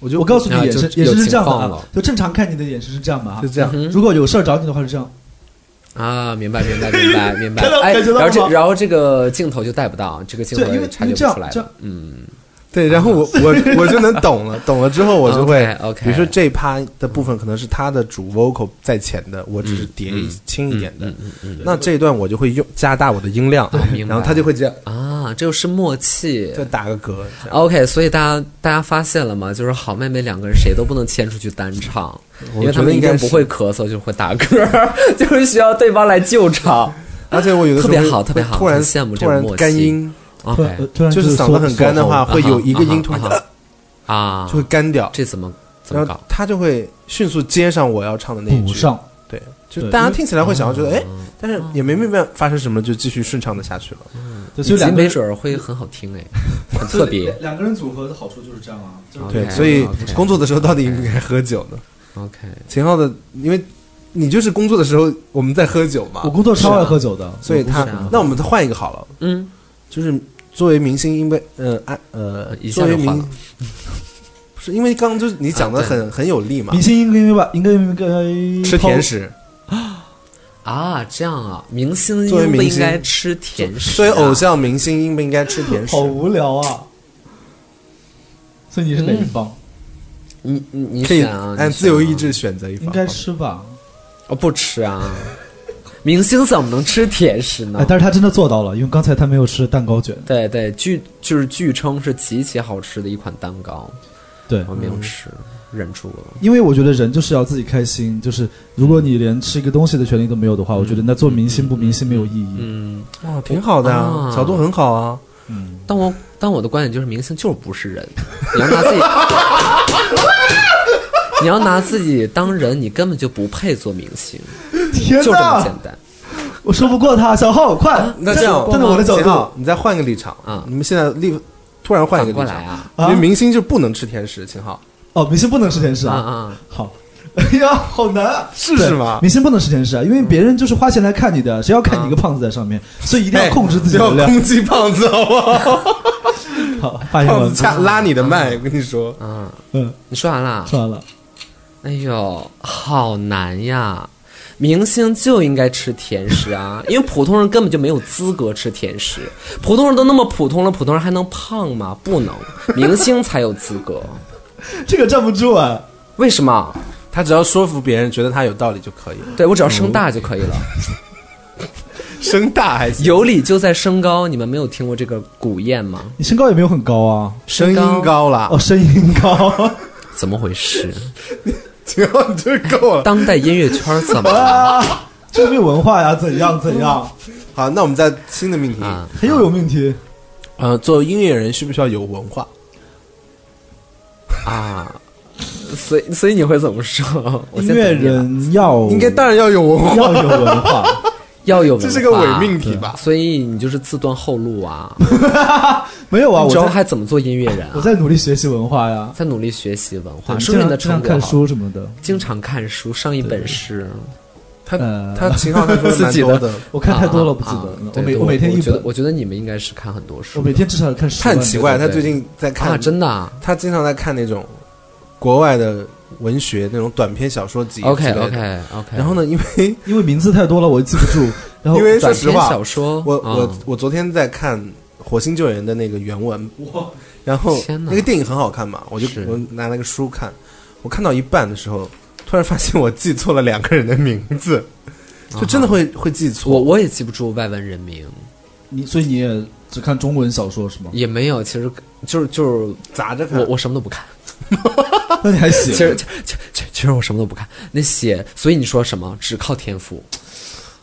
Speaker 1: 我就
Speaker 6: 我告诉你
Speaker 5: 啊
Speaker 6: 眼
Speaker 5: 就
Speaker 6: 神眼神
Speaker 5: 有
Speaker 6: 是这样的
Speaker 5: 情况
Speaker 6: 啊
Speaker 5: 了，
Speaker 6: 就正常看你的眼神是这样的啊
Speaker 1: 就。这样，
Speaker 5: 嗯
Speaker 6: 如果有事儿找你的话是这样，
Speaker 5: 啊，明白明白明白
Speaker 6: *laughs*
Speaker 5: 明白
Speaker 6: 看到，
Speaker 5: 哎，
Speaker 6: 感觉到
Speaker 5: 然后这
Speaker 6: 了吗
Speaker 5: 然后这个镜头就带不到，这个镜
Speaker 6: 对，因
Speaker 5: 头
Speaker 6: 为
Speaker 5: 察
Speaker 6: 因为
Speaker 5: 觉不
Speaker 6: 这样
Speaker 5: 出来
Speaker 6: 这
Speaker 5: 了
Speaker 6: 样，，
Speaker 5: 嗯，
Speaker 1: 对，然后
Speaker 5: *laughs*
Speaker 1: 我我我就能懂了，懂了之后我就会
Speaker 5: OK，OK
Speaker 1: 比如说这一趴的部分可能是他的主 vocal 在前的，我
Speaker 5: 嗯
Speaker 1: 只是叠一轻一点的，那这一段我就会用加大我的音量，啊
Speaker 5: 明白
Speaker 1: 然后他就会这样
Speaker 5: 啊，这就是默契，
Speaker 1: 就打个嗝，这
Speaker 5: *laughs*
Speaker 1: 样
Speaker 5: OK，所以大家大家发现了吗？就是好妹妹两个人谁都不能牵出去单唱，因为他们一定不会咳嗽，就是会打嗝， *laughs* 就是需要对方来救场。
Speaker 1: 而且我有的时候
Speaker 5: 特别好
Speaker 1: 会
Speaker 5: 特别好
Speaker 1: 突然
Speaker 5: 很羡慕这
Speaker 1: 突
Speaker 5: 种
Speaker 1: 然
Speaker 5: 默契啊
Speaker 1: 干音，
Speaker 6: 突
Speaker 5: OK，
Speaker 6: 然呃突然
Speaker 1: 就是嗓子
Speaker 6: 缩
Speaker 1: 很干的话，
Speaker 6: 缩喉
Speaker 1: 会有一个音突
Speaker 5: 啊
Speaker 1: 然
Speaker 5: 哈啊
Speaker 1: 就，会干掉，
Speaker 5: 这怎么怎么
Speaker 1: 然后
Speaker 5: 搞？
Speaker 1: 他就会迅速接上我要唱的那一
Speaker 5: 嗯
Speaker 6: 补
Speaker 1: 句，
Speaker 6: 上。
Speaker 1: 对，就
Speaker 6: 对
Speaker 1: 大
Speaker 6: 因
Speaker 1: 家
Speaker 6: 为
Speaker 1: 听起来会想要觉得哎，但是也没明白发生什么，就继续顺畅的下去了。
Speaker 6: 对，所
Speaker 5: 以
Speaker 6: 以
Speaker 5: 及
Speaker 6: 两个
Speaker 5: 没
Speaker 6: 人
Speaker 5: 准儿会很好
Speaker 1: *laughs*
Speaker 5: 听哎，很特别。
Speaker 6: 两个人组合的好处就是这样啊，就是
Speaker 1: 对，
Speaker 5: OK，
Speaker 1: 所以
Speaker 5: OK
Speaker 1: 工作的时候到底应该喝酒呢？
Speaker 5: OK，
Speaker 1: 秦昊的，因为你就是工作的时候我们在喝
Speaker 5: 啊
Speaker 1: 酒嘛
Speaker 6: 我，工作超爱喝酒的，
Speaker 1: 所以他
Speaker 5: 是啊
Speaker 1: 那我们换一个好了，
Speaker 5: 嗯，
Speaker 1: 就是作为明星，因为呃啊呃
Speaker 5: 一，下
Speaker 1: 作为
Speaker 5: 就换
Speaker 1: 明
Speaker 5: 了，
Speaker 1: *laughs* 不是因为刚刚就是你讲的
Speaker 5: 啊对
Speaker 1: 很很有力嘛
Speaker 6: 明，星应该应该吧，应该应该
Speaker 1: 吃甜。食，
Speaker 5: 啊，这样啊，明星
Speaker 1: 作为
Speaker 5: 应不
Speaker 1: 明
Speaker 5: 应
Speaker 1: 星
Speaker 5: 该吃甜食、啊？
Speaker 1: 作为偶，像明星应不应该吃甜食
Speaker 6: 好？无聊啊！所以你是哪一方？
Speaker 5: 嗯你你你
Speaker 1: 可以
Speaker 5: 选啊，
Speaker 1: 按
Speaker 5: 你
Speaker 1: 自由
Speaker 5: 选啊
Speaker 1: 意志选择一方，
Speaker 6: 应该吃吧？
Speaker 5: 哦，不吃啊，明星怎么能吃甜食呢
Speaker 1: 啊
Speaker 6: 哎，？但是他真的做到了，因为刚才他没有吃蛋糕卷。
Speaker 5: 对对，据就是据称是极其好吃的一款蛋糕，
Speaker 6: 对，
Speaker 5: 我没
Speaker 1: 嗯
Speaker 5: 有吃，忍住了。
Speaker 6: 因为我觉得人就是要自己开心，就是如果你连吃一个东西的权利都没有的话，我觉得那做明星不明星没有意义。
Speaker 5: 嗯，
Speaker 1: 哇，挺好的啊，
Speaker 5: 啊
Speaker 1: 角度很好啊。
Speaker 6: 嗯，
Speaker 5: 但我但我的观点就是，明星就是不是人，你要拿自己， *laughs* 你要拿自己当人，你根本就不配做明星，
Speaker 6: 天
Speaker 5: 就这么简
Speaker 6: 哪，
Speaker 5: 单。
Speaker 6: 我说不过他，小浩快！
Speaker 1: 那这样，嗯
Speaker 6: 站在我的角
Speaker 1: 秦昊
Speaker 6: 度，
Speaker 1: 你再换个立场
Speaker 5: 啊
Speaker 1: 你们现在立突然换一个立
Speaker 5: 反过来
Speaker 1: 场
Speaker 5: 啊，
Speaker 1: 因
Speaker 6: 啊
Speaker 1: 为明星就不能吃甜食，秦昊
Speaker 6: 哦，明星不能吃甜食
Speaker 5: 啊
Speaker 6: 啊！
Speaker 5: 啊，
Speaker 6: 好， *laughs* 哎呀，好难啊！
Speaker 1: 是是吗
Speaker 6: 对明星不能吃甜食啊，因为别人就是花钱来看你的，谁要看你一个胖子在上面，所以一定要控制自
Speaker 1: 哎
Speaker 6: 己的
Speaker 1: 不要
Speaker 6: 量。哎
Speaker 1: 攻击胖子好
Speaker 6: *laughs*
Speaker 1: 不好？
Speaker 6: 好，发言
Speaker 1: *laughs* 胖
Speaker 6: 完
Speaker 1: 子掐
Speaker 6: 毕。
Speaker 1: 拉你的麦，我跟你说，
Speaker 5: 嗯，
Speaker 6: 嗯，
Speaker 5: 你说完了？
Speaker 6: 说完了。
Speaker 5: 哎呦，好难呀！明星就应该吃甜食啊，因为普通人根本就没有资格吃甜食。普通人都那么普通了，普通人还能胖吗？不能，明星才有资格。
Speaker 6: 这个站不住啊！
Speaker 5: 为什么？
Speaker 1: 他只要说服别人觉得他有道理就可以了，
Speaker 5: 对我只要声大就可以了，
Speaker 1: 声大还行，
Speaker 5: 有理就在声高。你们没有听过这个古谚吗？
Speaker 6: 你身高也没有很高啊，
Speaker 1: 声音高 *laughs* 啦
Speaker 6: 哦，，声音高， *laughs*
Speaker 5: 怎么回事？
Speaker 1: 秦昊你这够了。
Speaker 5: 当代音乐圈怎么 *laughs* 了？
Speaker 6: 啊这没有文化呀，怎样怎样，
Speaker 1: 好，那我们再新的命题，
Speaker 5: 啊
Speaker 6: 他又有命题。
Speaker 1: 呃，做音乐人需不需要有文化？
Speaker 5: 啊！所以，所以你会怎么说？我
Speaker 6: 音
Speaker 5: 先
Speaker 6: 乐
Speaker 5: 等你了
Speaker 6: 人要
Speaker 1: 应该当然要有文化，
Speaker 6: *laughs* 要有文化，
Speaker 5: *laughs* 要有文化，
Speaker 1: 这是个伪命题吧？
Speaker 5: 所以你就是自断后路啊！
Speaker 6: 没有啊，
Speaker 5: 你
Speaker 6: 我
Speaker 5: 之后
Speaker 6: 在
Speaker 5: 还怎么做音乐人
Speaker 6: 我
Speaker 5: 啊？
Speaker 6: 在努力学习文化呀，
Speaker 5: 在努力学习文化，
Speaker 6: 对
Speaker 5: 说明你的
Speaker 6: 经常经
Speaker 5: 成果
Speaker 6: 常看
Speaker 5: 好。
Speaker 6: 书什么的。
Speaker 5: 经常看书，上一本诗，
Speaker 1: 他
Speaker 6: 呃
Speaker 1: *laughs* 他秦昊他说的蛮多嗯的，
Speaker 6: *laughs* 我看太多了，
Speaker 5: 啊
Speaker 6: 不记得
Speaker 5: 啊
Speaker 6: 了。我
Speaker 5: 对
Speaker 6: 每
Speaker 5: 对
Speaker 6: 我每天一
Speaker 5: 觉得
Speaker 6: 本，，
Speaker 5: 我觉得你们应该是看很多
Speaker 6: 我
Speaker 5: 书
Speaker 6: 每天至少看十
Speaker 1: 他
Speaker 6: 万
Speaker 1: 很
Speaker 6: 字。
Speaker 1: 奇怪，他
Speaker 5: 对
Speaker 1: 最近在
Speaker 5: 啊，
Speaker 1: 看
Speaker 5: 真的啊。
Speaker 1: 他经常在看那种国外的文学那种短篇小说集
Speaker 5: OK
Speaker 1: 之类的
Speaker 5: OK OK。
Speaker 1: 然后呢，因
Speaker 5: *laughs*
Speaker 1: 为
Speaker 6: 因为名字太多了，我记不住。然后
Speaker 1: 因为说
Speaker 5: 短
Speaker 1: 实
Speaker 5: 篇
Speaker 1: 话，
Speaker 5: 小说，
Speaker 1: 我
Speaker 5: 啊
Speaker 1: 我我昨天在看《火星救援》的那个原文，然后
Speaker 5: 天哪
Speaker 1: 那个电影很好看嘛，我就是我拿那个书看，我看到一半的时候，突然发现我记错了两个人的名
Speaker 5: *laughs*
Speaker 1: 字，就真的会会记
Speaker 5: 啊我
Speaker 1: 错。
Speaker 5: 我也记不住外文人名，
Speaker 6: 你，所以你也只看中文小说是
Speaker 5: *laughs*
Speaker 6: 吗？
Speaker 5: 也没有，其实就是就是
Speaker 1: 砸着看
Speaker 5: 我，我什么都不看。
Speaker 6: 那你还写？
Speaker 5: 其实其其其其实我什么都不看，那写，所以你说什么只靠天赋。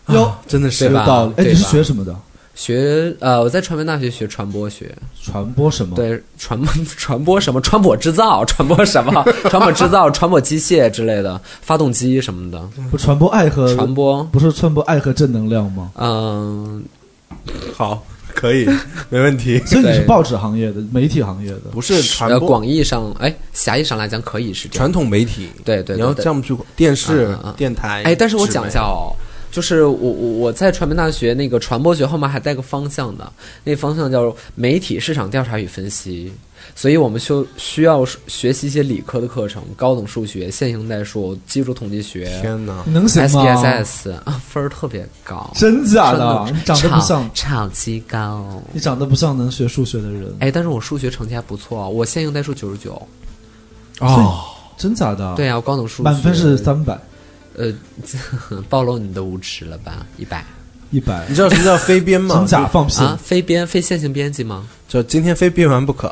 Speaker 6: 哟，
Speaker 1: 真的是
Speaker 5: 啊对
Speaker 6: 有
Speaker 5: 吧
Speaker 6: 道理。哎，
Speaker 5: 对
Speaker 6: 你是
Speaker 5: 吧
Speaker 6: 学什么的？
Speaker 5: 学呃，我在传媒大学学传播学，
Speaker 6: 传播什么？，
Speaker 5: 对传播 *laughs* 传播什么传播制造，传播什么传播制造，传播机械之类的，发动机什么的，
Speaker 6: 不传播爱和
Speaker 5: 传播，
Speaker 6: 不是传播爱和正能量吗？
Speaker 5: 嗯，
Speaker 1: 好，可
Speaker 5: *laughs*
Speaker 1: 以，没问题。
Speaker 6: 所以你是
Speaker 5: 对
Speaker 6: 报纸行业的，媒体行业的。
Speaker 1: 不是传
Speaker 5: 呃，
Speaker 1: 播
Speaker 5: 广义上，哎，狭义上来讲可以是这样。
Speaker 1: 传统媒体，
Speaker 5: 对对对
Speaker 1: 你要
Speaker 5: 对
Speaker 1: 这么去电视
Speaker 5: 啊啊啊、
Speaker 1: 电台。
Speaker 5: 哎，但是我
Speaker 1: 纸媒
Speaker 5: 讲一下，哦，就是我我我在传媒大学那个传播学后面还带个方向的，那方向叫媒体市场调查与分析。所以我们修需要学习一些理科的课程，高等数学、线性代数、基础统计学、
Speaker 1: 天哪！
Speaker 6: 能行吗
Speaker 5: SPSS 啊，分儿特别
Speaker 6: *laughs*
Speaker 5: 高，
Speaker 6: 真假
Speaker 5: 真
Speaker 6: 的？你长得不
Speaker 5: 超
Speaker 6: 像，
Speaker 5: 超级高。
Speaker 6: 你长得不像能学数学的人，
Speaker 5: 哎，但是我数学成绩还不错，我线性代数九十九，
Speaker 6: 哦，真假的？
Speaker 5: 对，啊，我高等数学
Speaker 6: 满分是三百、
Speaker 5: 呃，暴露你的无耻了吧？一百
Speaker 6: 一百
Speaker 1: 你，知道什么叫非编吗？
Speaker 6: 真假放屁！
Speaker 5: 啊，非编非线性编辑吗？
Speaker 1: 就就今天非编完不可。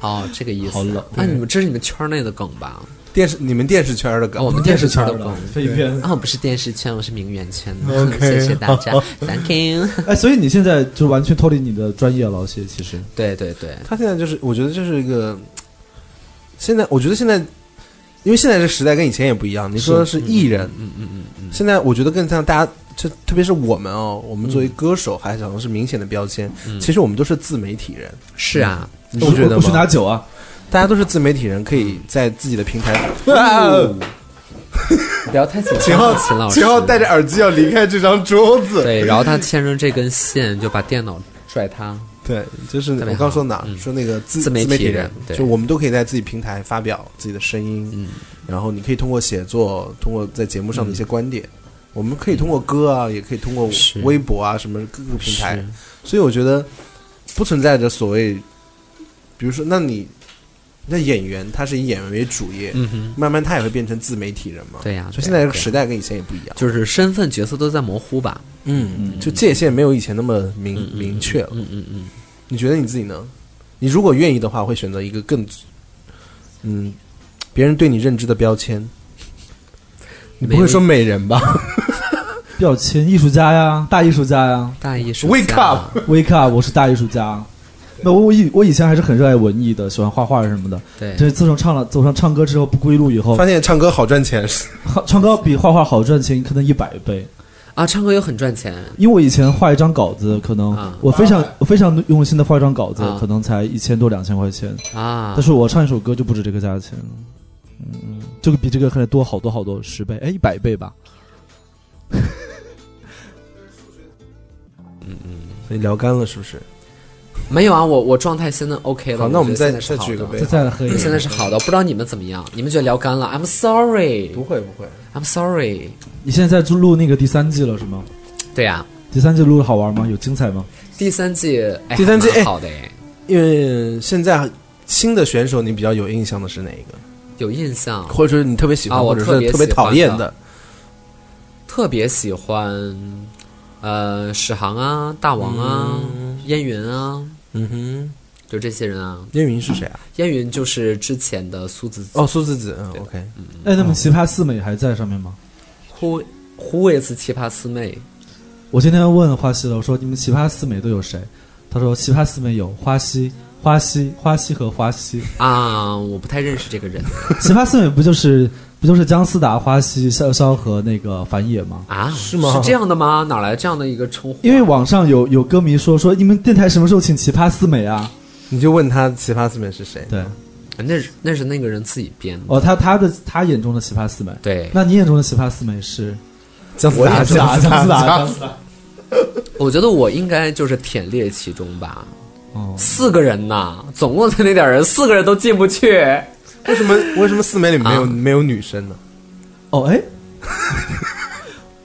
Speaker 5: 哦，这个意思。
Speaker 6: 好冷
Speaker 5: 啊！你们这是你们圈内的梗吧？
Speaker 1: 电视你们电视圈的
Speaker 5: 啊，我
Speaker 1: 梗，
Speaker 5: 们电视圈的
Speaker 6: 的
Speaker 5: 梗。
Speaker 6: 飞边。
Speaker 5: 啊，我不是电视圈，我是名媛圈的。
Speaker 1: *laughs* OK，
Speaker 5: 谢谢大
Speaker 1: *laughs*
Speaker 5: 家，Thank you。
Speaker 6: 哎，所以你现在就完全脱离你的专业了，谢其实
Speaker 5: 对对对，
Speaker 1: 他现在就是，我觉得这是一个，现在我觉得现在，因为现在这时代跟以前也不一样。你说的是艺人，
Speaker 5: 嗯嗯嗯嗯，
Speaker 1: 现在我觉得更像大家，就特别是我们哦，我们作为歌手还想的是明显的标签，
Speaker 5: 嗯
Speaker 1: 其实我们都是自媒体人，
Speaker 5: 是啊，
Speaker 1: 你
Speaker 6: 我
Speaker 1: 不嗯觉得
Speaker 6: 我去拿
Speaker 1: 吗？
Speaker 6: 酒啊！
Speaker 1: 大家都是自媒体人，可以在自己的平
Speaker 5: *laughs*
Speaker 1: 台。哦
Speaker 5: 不要太紧
Speaker 1: 秦
Speaker 5: 张
Speaker 1: 昊
Speaker 5: 了，秦哦老，师。
Speaker 1: 秦昊戴着耳机要离开这张桌子。
Speaker 5: 对，然后他牵着这根线就把电脑拽他。
Speaker 1: 对，就是
Speaker 5: 特别
Speaker 1: 我
Speaker 5: 好
Speaker 1: 刚说哪儿
Speaker 5: 嗯
Speaker 1: 说那个自
Speaker 5: 自媒体
Speaker 1: 媒
Speaker 5: 人
Speaker 1: 人，
Speaker 5: 对
Speaker 1: 就我们都可以在自己平台发表自己的声音，
Speaker 5: 嗯，
Speaker 1: 然后你可以通过写作，通过在节目上的一些观点，我们可以通过歌啊，也可以通过
Speaker 5: 是
Speaker 1: 微博啊什么各个平台
Speaker 5: 是，
Speaker 1: 所以我觉得不存在着所谓，比如说，那你那演员他是以演员为主业，
Speaker 5: 嗯哼，
Speaker 1: 慢慢他也会变成自媒体人嘛，
Speaker 5: 对呀
Speaker 1: 所以
Speaker 5: 对
Speaker 1: 现在这个
Speaker 5: 对
Speaker 1: 时代跟以前也不一样，
Speaker 5: 就是身份角色都在模糊吧。
Speaker 1: 嗯，就界限没有以前那么明明确了。
Speaker 5: 嗯嗯嗯，
Speaker 1: 你觉得你自己呢？你如果愿意的话，会选择一个更，嗯，别人对你认知的标签。你不会说美人吧？
Speaker 6: 标签艺术家呀，大艺术家呀
Speaker 5: 大艺术
Speaker 1: Wake
Speaker 5: 家
Speaker 1: up！
Speaker 6: ，Wake up，我是大艺术家。那我我以我以前还是很热爱文艺的，喜欢画画什么的。
Speaker 5: 对
Speaker 6: 这自从唱了走上唱歌之后不归路以
Speaker 1: *laughs*
Speaker 6: 后
Speaker 1: 发，现唱歌好赚钱，
Speaker 6: 好唱歌比画画好赚钱，可能一百倍。
Speaker 5: 啊，唱歌又很赚钱。
Speaker 6: 因为我以前画一张稿子，可能
Speaker 5: 啊
Speaker 6: 我非常我非常用心的画一张稿子
Speaker 5: 啊，
Speaker 6: 可能才一千多两千块钱。
Speaker 5: 啊
Speaker 6: 但，是我唱一首歌就不止这个价钱了，嗯，这个比这个还得多好多好多十倍，哎，一百倍吧。
Speaker 1: 所以聊干了是不是？
Speaker 5: 没有啊，我我状态现在 OK 了。
Speaker 1: 好那我们
Speaker 5: 觉得
Speaker 1: 再
Speaker 5: 现在是
Speaker 1: 再举个
Speaker 5: 好的
Speaker 1: 杯
Speaker 6: 再再来喝一个，
Speaker 5: 现在是好的，不知道你们怎么样？你们觉得聊干了？I'm sorry,
Speaker 1: 不会不会，
Speaker 5: I'm sorry。
Speaker 6: 你现在在录那个第三季了是吗？
Speaker 5: 对啊，
Speaker 6: 第三季录的好玩吗？有精彩吗？
Speaker 5: 第三季，哎，
Speaker 1: 第三季
Speaker 5: 还蛮好的哎，
Speaker 1: 因为现在新的选手你比较有印象的是哪一个？
Speaker 5: 有印象，
Speaker 1: 或者说你特别喜欢，
Speaker 5: 啊我
Speaker 1: 或者
Speaker 5: 特
Speaker 1: 是
Speaker 5: 别
Speaker 1: 特别
Speaker 5: 喜欢
Speaker 1: 讨厌
Speaker 5: 的
Speaker 1: 的？
Speaker 5: 特别喜欢，呃，史航啊，大王啊，燕云啊，
Speaker 1: 嗯哼，
Speaker 5: 就这些人啊。
Speaker 1: 燕云是谁啊？
Speaker 5: 燕云就是之前的苏子
Speaker 1: 哦，苏子子。嗯，OK，
Speaker 6: 哎，那么奇葩四美还在上面吗？
Speaker 5: ，Who Who is 奇葩四妹？
Speaker 6: 我今天问花溪了，我说你们奇葩四美都有谁？他说奇葩四美有花溪、花溪、花溪和花溪。
Speaker 5: 啊，我不太认识这个人
Speaker 6: 奇葩四美不就是不就是姜思达、花溪、潇潇和那个樊野吗？
Speaker 5: 啊，是
Speaker 1: 吗
Speaker 5: 是这样的吗？哪来这样的一个称呼啊？
Speaker 6: 因为网上有有歌迷说说你们电台什么时候请奇葩四美啊？
Speaker 1: 你就问他奇葩四面是谁？
Speaker 6: 对，
Speaker 5: 啊那是那是那个人自己编的。
Speaker 6: 哦，他他的他眼中的奇葩四美，
Speaker 5: 对，
Speaker 6: 那你眼中的奇葩四美是
Speaker 1: 姜思达，
Speaker 6: 思达、姜思达、姜思达。
Speaker 5: 我觉得我应该就是舔列其中吧。
Speaker 6: 哦，
Speaker 5: 四个人呐，总共才那点人，四个人都进不去。
Speaker 1: 为什么为什么四美里没有
Speaker 5: 啊
Speaker 1: 没有女生呢？
Speaker 6: 哦，哎，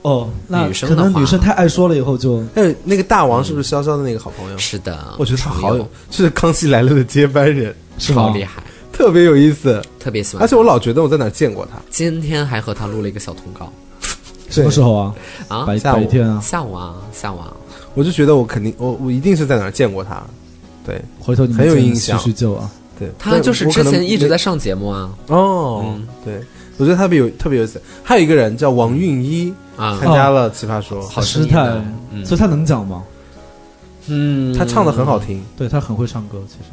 Speaker 6: 哦，那
Speaker 5: 女生
Speaker 6: 可
Speaker 5: 的
Speaker 6: 能
Speaker 5: 话
Speaker 6: 女生太爱说了以后就
Speaker 1: 还有哎那个大王是不是潇潇的那个好朋友？
Speaker 5: 是的，
Speaker 1: 我觉得他
Speaker 5: 朋
Speaker 1: 好
Speaker 5: 友
Speaker 1: 有，啊就是《康熙来了》的接班人， *laughs*
Speaker 6: 是
Speaker 5: 超
Speaker 6: 吗？
Speaker 5: 厉害，
Speaker 1: 特别有意思。
Speaker 5: 特别喜欢。
Speaker 1: 而且我老觉得我在哪儿见过他。
Speaker 5: 今天还和他录了一个小通告
Speaker 6: 什么时候啊？
Speaker 5: 啊，
Speaker 6: 白
Speaker 1: 下午
Speaker 6: 白天啊，
Speaker 5: 下午啊，下午啊，
Speaker 1: 我就觉得我肯定，我我一定是在哪儿见过他。对
Speaker 6: 回头你们
Speaker 1: 很有
Speaker 6: 见
Speaker 1: 印象
Speaker 6: 叙叙旧啊。
Speaker 1: 对，
Speaker 5: 他
Speaker 1: 但
Speaker 5: 就是
Speaker 1: 我可
Speaker 5: 之
Speaker 1: 能
Speaker 5: 前一直
Speaker 1: 没
Speaker 5: 在上节目啊
Speaker 1: 哦，对，我觉得他特别有特别有意思。还有一个人叫王韵一，
Speaker 5: 啊
Speaker 1: 参，加了《奇葩说》
Speaker 5: 好
Speaker 6: 师
Speaker 5: 声音
Speaker 6: 太
Speaker 5: 啊，嗯
Speaker 6: 所以他能讲吗？
Speaker 5: 嗯，
Speaker 1: 他唱的很好听。
Speaker 6: 对他很会唱歌，其实。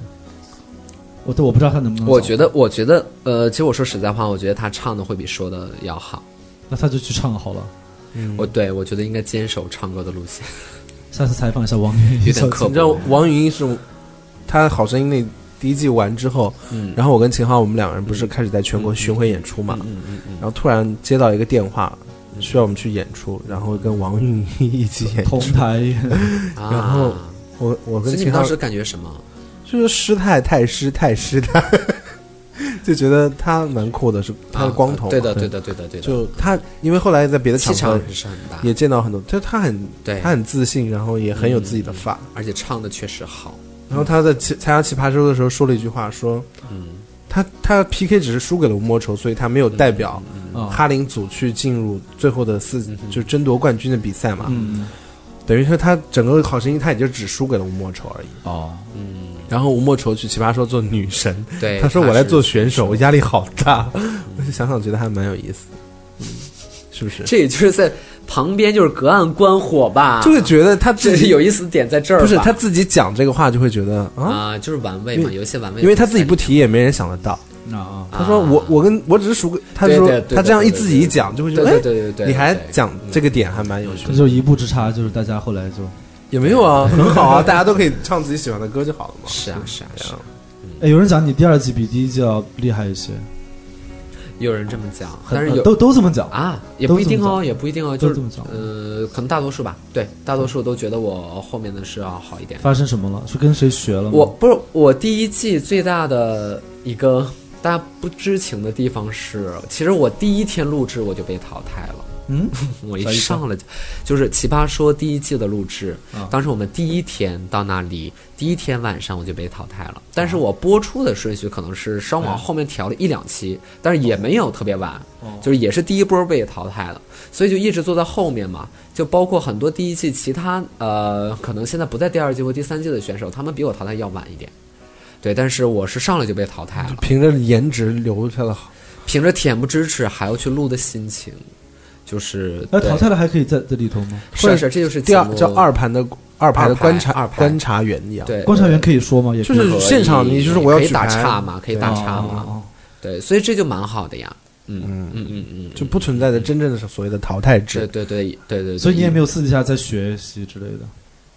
Speaker 6: 我对我不知道他能不能讲。
Speaker 5: 我觉得，我觉得，呃，其实我说实在话，我觉得他唱的会比说的要好。
Speaker 6: 那他就去唱好了。
Speaker 1: 嗯
Speaker 5: 我对我觉得应该坚守唱歌的路线。
Speaker 6: 下次采访一下王源，
Speaker 5: *laughs* 有点刻薄
Speaker 1: 你知道王韵一是他《好声音》那第一季完之后，
Speaker 5: 嗯，
Speaker 1: 然后我跟秦昊我们两个人不是开始在全国巡回演出嘛，
Speaker 5: 嗯嗯嗯嗯
Speaker 1: 然后突然接到一个电话，需要我们去演出，然后跟王韵一起演出
Speaker 6: *laughs* 同。
Speaker 5: *laughs*
Speaker 6: 台
Speaker 5: 啊
Speaker 1: 然后我我
Speaker 5: 所
Speaker 1: 跟
Speaker 5: 以你
Speaker 1: 秦
Speaker 5: 们当
Speaker 1: 昊
Speaker 5: 时感觉什么？
Speaker 1: 就是师太太师太师太， *laughs* 就觉得他蛮酷的，是他的
Speaker 5: 啊
Speaker 1: 光头嘛、
Speaker 5: 对的，对的，对的，对的，
Speaker 1: 就他，因为后来在别的
Speaker 5: 气
Speaker 1: 场
Speaker 5: 场
Speaker 1: 合
Speaker 5: 还是很大，
Speaker 1: 也见到很多，就他很
Speaker 5: 对嗯
Speaker 1: 他很自信，然后也很有自己的发。
Speaker 5: 而且唱的确实好。
Speaker 1: 然后他在奇参加奇葩说的时候说了一句话，说
Speaker 5: 嗯，
Speaker 1: 他他 PK 只是输给了吴莫愁，所以他没有代表
Speaker 6: 啊，
Speaker 1: 哈林组去进入最后的四
Speaker 5: 嗯，哼
Speaker 1: 就争夺冠军的比赛嘛。
Speaker 6: 嗯，
Speaker 1: 等于说他整个好声音他也就只输给了吴莫愁而已。
Speaker 6: 哦，
Speaker 5: 嗯，
Speaker 1: 然后吴莫愁去奇葩说做女神，
Speaker 5: 对，
Speaker 1: 哎他说我来
Speaker 5: 是
Speaker 1: 做选手，我压力好大。 *laughs* 我就想想觉得还蛮有意思的，嗯是不是？
Speaker 5: 这也就是在旁边就是隔岸观火吧，
Speaker 1: 啊
Speaker 5: *laughs*
Speaker 1: 就是觉得他自
Speaker 5: 这
Speaker 1: 己
Speaker 5: 有意思的点在这儿吧，
Speaker 1: 不是他自己讲这个话就会觉得啊，哎
Speaker 5: 啊，就是玩味嘛，
Speaker 1: 因
Speaker 5: 有一些玩味，
Speaker 1: 因为他自己不，提也没人想得到。
Speaker 6: 那啊，
Speaker 5: 啊
Speaker 1: 他说我我跟我只是数个，他
Speaker 5: 对
Speaker 1: 说
Speaker 5: 对对
Speaker 1: 他这样
Speaker 5: 对
Speaker 1: 一
Speaker 5: 对
Speaker 1: 自
Speaker 5: 对
Speaker 1: 己一讲就会觉
Speaker 5: 对
Speaker 1: 得
Speaker 5: 对
Speaker 1: 哎，
Speaker 5: 对对对，
Speaker 1: 你还
Speaker 5: 对
Speaker 1: 讲这个点还蛮有趣
Speaker 6: 这
Speaker 1: 的，
Speaker 6: 就一步之差，就是大家后来就，
Speaker 1: 也没有啊，很好啊，大家都可以唱自己喜欢的歌就好了嘛。
Speaker 5: 是啊是啊是啊，
Speaker 6: 哎，有人讲你第二季比第一季要厉害一些，
Speaker 5: 有人这么讲，
Speaker 6: 很
Speaker 5: 但是有
Speaker 6: 都都这么讲，
Speaker 5: 啊，也不一定
Speaker 6: 都这么
Speaker 5: 哦，也不一定哦，就是
Speaker 6: 都这么讲
Speaker 5: 呃，可能大多数吧，对，大多数都觉得我后面的是要好一点。
Speaker 6: 发生什么了？是跟谁学了吗？
Speaker 5: 我不是我第一季最大的一个大家不知情的地方是，其实我第一天录制我就被淘汰了。
Speaker 6: 嗯，
Speaker 5: *laughs* 我
Speaker 6: 啥
Speaker 5: 一
Speaker 6: 意思
Speaker 5: 上来就就是《奇葩说》第一季的录制
Speaker 6: 啊，
Speaker 5: 当时我们第一天到那里，第一天晚上我就被淘汰了。但是我播出的顺序可能是稍
Speaker 6: 哎
Speaker 5: 往后面调了一两期，但是也没有特别晚，
Speaker 6: 哦
Speaker 5: 就是也是第一波被淘汰了，所以就一直坐在后面嘛。就包括很多第一季其他呃，可能现在不在第二季或第三季的选手，他们比我淘汰要晚一点。对，但是我是上来就被淘汰了。
Speaker 1: 嗯凭着颜值留下了好，
Speaker 5: 凭着恬不知耻还要去录的心情，就是
Speaker 6: 那
Speaker 5: 对
Speaker 6: 淘汰了还可以在这里头吗？
Speaker 5: 是啊是啊，这就是
Speaker 1: 第
Speaker 5: 节
Speaker 1: 二
Speaker 5: 目
Speaker 1: 叫二盘的二排的
Speaker 5: 二排
Speaker 1: 观察
Speaker 5: 二排
Speaker 1: 观察员一样。
Speaker 5: 对
Speaker 6: 观察员可
Speaker 5: 以
Speaker 6: 以说吗？也
Speaker 1: 就是
Speaker 6: 可以
Speaker 1: 现场你就是我要
Speaker 5: 可以
Speaker 1: 举
Speaker 5: 打
Speaker 1: 牌
Speaker 5: 岔嘛，可以打岔
Speaker 6: 哦哦
Speaker 5: 嘛，
Speaker 6: 哦
Speaker 5: 对，所以这就蛮好的呀，嗯嗯嗯嗯，
Speaker 1: 就不存在的真正的所谓的淘汰
Speaker 5: 对
Speaker 1: 制。
Speaker 5: 对对对对对，
Speaker 6: 所以你也没
Speaker 5: 有
Speaker 6: 有私底下在学习之类的。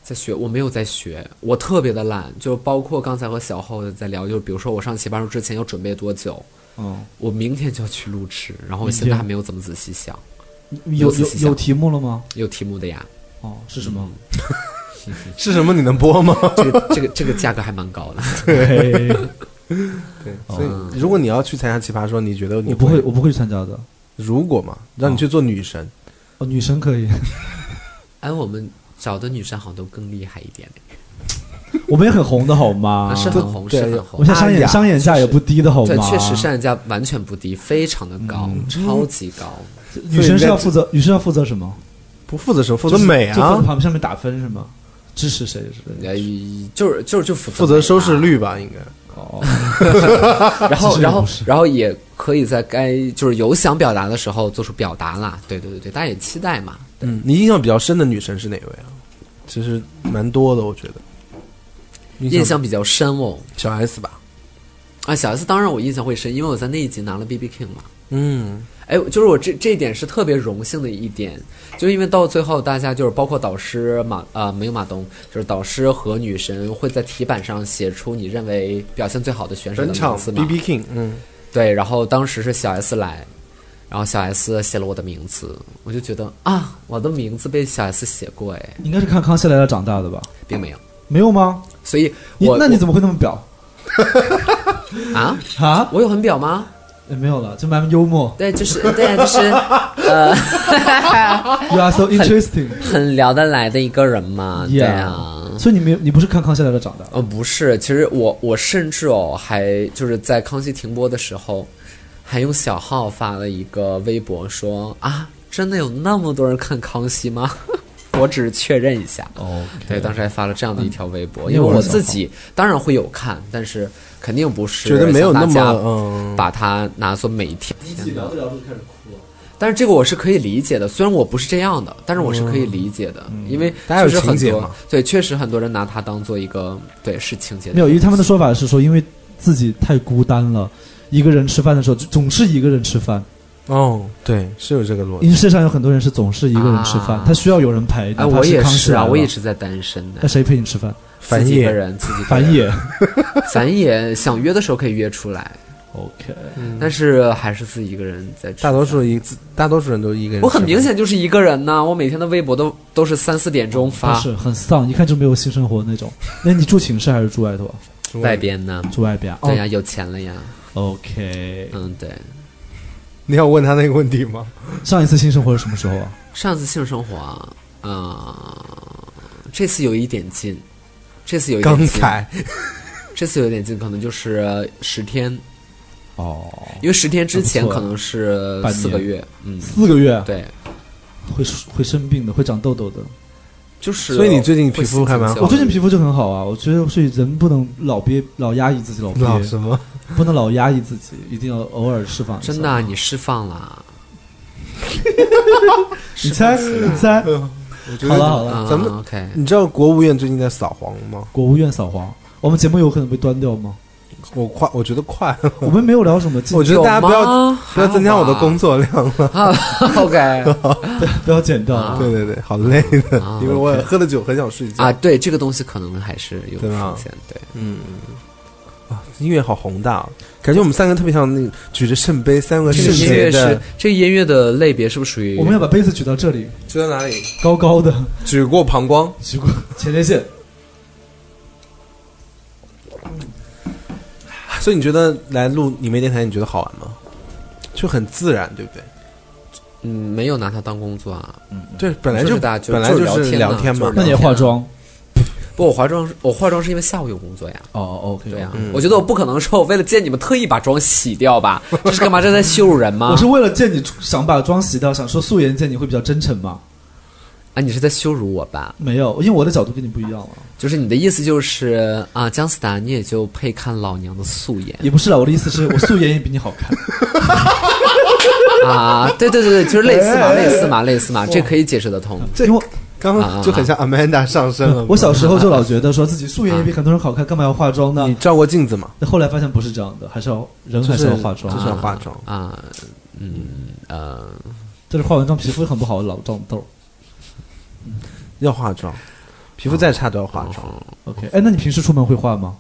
Speaker 5: 在学，我没有在学，我特别的懒，就包括刚才和小后在聊，就比如说我上奇葩说之前要准备多久，
Speaker 6: 嗯，
Speaker 5: 我明天就要去录制，然后我
Speaker 6: 明天
Speaker 5: 现在还没有怎么仔细想，
Speaker 6: 有
Speaker 5: 有私
Speaker 6: 有
Speaker 5: 底下嗯
Speaker 6: 有题目了吗？
Speaker 5: 有题目的呀，
Speaker 6: 哦，是什么？
Speaker 1: 是什么？你能播吗？
Speaker 5: 这个这个这个价格还蛮高的， *laughs*
Speaker 6: 对，
Speaker 1: 对，所
Speaker 5: 嗯
Speaker 1: 以如果你要去参加奇葩说，你觉得你
Speaker 6: 我不会，？我不会去参加的。
Speaker 1: 如果嘛，让你去做女神，
Speaker 6: 哦，女生可以， *laughs*
Speaker 5: 哎，我们找的女生好像都更厉害一点，
Speaker 6: 我们也很红的好吗
Speaker 5: 啊，？是很红，是
Speaker 1: 对
Speaker 5: 很
Speaker 6: 我
Speaker 5: 红
Speaker 6: 们现，在商
Speaker 1: 哎呀
Speaker 6: 演商演价也不低的好
Speaker 5: 对，
Speaker 6: 吗？嗯
Speaker 5: 确实商业价完全不低，非常的高，超级高。
Speaker 6: 女生是要负责，女生要负责什么？
Speaker 1: 不负责什么？负责美
Speaker 6: 就
Speaker 1: 啊
Speaker 6: 在，旁上面打分是吗？支持谁之类的？
Speaker 5: 呃，就是就是就负责
Speaker 1: 负责收视，率吧，应该。
Speaker 6: 哦，
Speaker 5: 然后
Speaker 6: 其实也
Speaker 5: 然后
Speaker 6: 不是
Speaker 5: 然后也可以在该就是有想表达的时候做出表达啦。对对对对，大家也期待嘛。
Speaker 1: 嗯，你印象比较深的女神是哪位啊？其实蛮多的，我觉得。
Speaker 5: 印象比较深哦，
Speaker 1: 小 S 吧？
Speaker 5: 啊，小 S 当然我印象会深，因为我在那一集拿了 B B King 嘛。
Speaker 1: 嗯，
Speaker 5: 哎，就是我这这一点是特别荣幸的一点，就因为到最后大家就是包括导师马呃没有马东，就是导师和女神会在题板上写出你认为表现最好的选手的
Speaker 1: 本
Speaker 5: 名
Speaker 1: 场
Speaker 5: 字嘛。
Speaker 1: B B King，嗯，
Speaker 5: 对，然后当时是小 S 来，然后小 S 写了我的名字，我就觉得啊，我的名字被小 S 写过哎，
Speaker 6: 应该是看《康熙来了》长大的吧？
Speaker 5: 并没有，
Speaker 6: 没有吗？
Speaker 5: 所以
Speaker 6: 你
Speaker 5: 我
Speaker 6: 那你怎么会那么表
Speaker 5: 么啊？
Speaker 6: 啊？
Speaker 5: 我有很表吗？
Speaker 6: 哎没有了，就蛮幽默。
Speaker 5: 对，就是 *laughs* 对，就是呃，
Speaker 6: You are so interesting。
Speaker 5: 很聊得来的一个人嘛， *laughs* 对啊
Speaker 6: Yeah，。所以你没有，你不是看《康熙来了》长大的？
Speaker 5: 呃，不是，其实我我甚至哦，还就是在康熙停播的时候，还用小号发了一个微博说啊，真的有那么多人看康熙吗？ *laughs* 我只是确认一下。
Speaker 6: 哦，
Speaker 5: 对，当时还发了这样的一条微博，
Speaker 6: 嗯
Speaker 5: 因为我自己当然会有看，但是肯定不是
Speaker 1: 觉得没有那
Speaker 5: 像大
Speaker 1: 么
Speaker 5: 家
Speaker 1: 嗯，
Speaker 5: 把它拿作每天。
Speaker 6: 聊着聊着就开始哭了。
Speaker 5: 但是这个我是可以理解的，虽然我不是这样的，但是我是可以理解的，因为
Speaker 1: 嗯大家有
Speaker 5: 确实很
Speaker 1: 情节
Speaker 5: 多
Speaker 1: 嘛
Speaker 5: 对，确实很多人拿它当做一个对是情节的哎
Speaker 6: 没有，因为他们的说法是说，因为自己太孤单了，一个人吃饭的时候就总是一个人吃饭，
Speaker 1: 哦，对，是有这个逻辑。
Speaker 6: 因为世上有很多人是总是一个人吃饭，
Speaker 5: 啊
Speaker 6: 他需要有人陪。
Speaker 5: 哎，
Speaker 6: 哪怕
Speaker 5: 我也
Speaker 6: 康熙
Speaker 5: 是
Speaker 6: 来
Speaker 5: 啊，
Speaker 6: 了
Speaker 5: 我一直在单身呢
Speaker 1: 呃
Speaker 6: 那，谁陪你吃饭？啊
Speaker 5: 自己一
Speaker 1: 野 *laughs*
Speaker 5: 个人，自己一个
Speaker 6: 樊
Speaker 5: 人，
Speaker 6: 野。
Speaker 5: 咱也想约的时候可以约出来，
Speaker 6: OK，
Speaker 5: 但是还是自己一个人在吃
Speaker 1: 嗯大多
Speaker 5: 饭
Speaker 1: 数一大多数人都一个人吃饭。
Speaker 5: 我很明显就是一个人呐、我每天的微博都都是三四点钟
Speaker 6: 但
Speaker 1: 哦
Speaker 5: 发
Speaker 6: 是很丧，一看就没有性生活那种。那你住寝室还是住外头啊？
Speaker 1: 中国
Speaker 5: 外
Speaker 1: 人，
Speaker 5: 边呢。
Speaker 6: 住外边啊？
Speaker 5: 对呀、有钱了呀。
Speaker 6: 哦 OK，
Speaker 5: 嗯，对。
Speaker 1: 你要问他那个问题吗？
Speaker 6: 上一次性生活是什么时候啊？
Speaker 5: 上次性生活啊，呃，这次有一点近，这次有一点
Speaker 1: 刚
Speaker 5: 近，
Speaker 1: 才
Speaker 5: 这次有一点近，可能就是十天，
Speaker 6: 哦，
Speaker 5: 因为十天之前
Speaker 6: 那不错
Speaker 5: 可能是
Speaker 6: 半年
Speaker 5: 四个月，嗯，
Speaker 6: 四个月，啊
Speaker 5: 对，
Speaker 6: 会会生病的，会长痘痘的。
Speaker 5: 就是。
Speaker 1: 所以你最近皮肤
Speaker 5: 会心情
Speaker 1: 还蛮好
Speaker 5: 焦
Speaker 1: 对
Speaker 6: 我最近
Speaker 5: 虑
Speaker 6: 皮肤就很好啊，我觉得所以人不能老憋老压抑自己，老憋
Speaker 1: 老什么？
Speaker 6: 不能老压抑自己，一定要偶尔释放一下。
Speaker 5: 真的啊、你释放了，
Speaker 6: 你猜，你
Speaker 1: *laughs*
Speaker 6: 猜，
Speaker 1: 我觉
Speaker 6: 好了好了
Speaker 5: 嗯
Speaker 1: 哦咱们
Speaker 5: OK，
Speaker 1: 你知道国务院最近在扫黄吗？
Speaker 6: 国务院扫黄，我们节目有可能被端掉吗？
Speaker 1: 我快，我觉得快， *laughs*
Speaker 6: 我们没有聊什么禁忌，
Speaker 1: 我觉得大家不
Speaker 5: 有
Speaker 1: 要
Speaker 5: 吗
Speaker 1: 不要增加我的工作量了。
Speaker 5: 啊
Speaker 1: *laughs*
Speaker 5: ，OK
Speaker 6: 不要剪掉。
Speaker 5: 啊
Speaker 1: 对对对，好累的，
Speaker 5: 啊
Speaker 1: 因为我喝了酒很想睡觉
Speaker 5: 啊，。对这个东西可能还是有
Speaker 1: 对吧
Speaker 5: 风险，对，
Speaker 1: 音乐好宏大哦，感觉我们三个特别像那个举着圣杯，三个
Speaker 5: 这
Speaker 1: 圣
Speaker 5: 个音
Speaker 1: 洁
Speaker 5: 乐是
Speaker 1: 的，
Speaker 5: 这个音乐的类别是不是属于
Speaker 6: 我们要把杯子举到这里，
Speaker 1: 举到哪里？
Speaker 6: 高高的
Speaker 1: 举过膀胱。
Speaker 6: 举过前列腺。
Speaker 1: 所以你觉得来录你妹电台，你觉得好玩吗？就很自然，对不对？
Speaker 5: 嗯没有拿它当工作啊？
Speaker 1: 对，本来
Speaker 5: 就
Speaker 1: 就是
Speaker 5: 大家就
Speaker 1: 本来
Speaker 5: 就是聊天
Speaker 1: 天嘛
Speaker 5: 嘛就。是
Speaker 6: 那你也化妆？
Speaker 5: 不，我化妆是，我化妆是因为下午有工作呀。
Speaker 6: 哦，OK，
Speaker 5: 对呀、啊
Speaker 1: 嗯
Speaker 5: 我觉得我不可能说我为了见你们特意把妆洗
Speaker 1: *laughs*
Speaker 5: 掉吧？这是干嘛？这是在羞辱人吗？
Speaker 6: 我是为了见你，想把妆洗掉，想说素颜见你会比较真诚嘛？
Speaker 5: 啊，你是在羞辱我吧？
Speaker 6: 没有，因为我的角度跟你不一样了，
Speaker 5: 就是你的意思就是啊，姜思达你也就配看老娘的素颜
Speaker 6: 也不是啦。我的意思是我素颜也比你好
Speaker 1: *laughs*
Speaker 6: 看。
Speaker 5: 啊？对对对对，就是类似
Speaker 1: 哎
Speaker 5: 嘛，类似嘛，类似嘛，这可以解释得通。
Speaker 1: 这
Speaker 6: 因为
Speaker 1: 刚刚就很像 Amanda 上身了。
Speaker 6: 我小时候就老觉得说自己素颜也比很多人好看，干嘛要化妆呢
Speaker 1: 嗯你？照过镜子吗？
Speaker 6: 那后来发现不是这样的，还是要人还是要化妆啊
Speaker 1: 就，是要化妆。
Speaker 5: 啊，嗯呃，
Speaker 6: 但是化完妆皮肤很不好，老长痘。
Speaker 1: 要化妆，皮肤再差都要化妆。
Speaker 6: OK，哎，那你平时出门会化吗？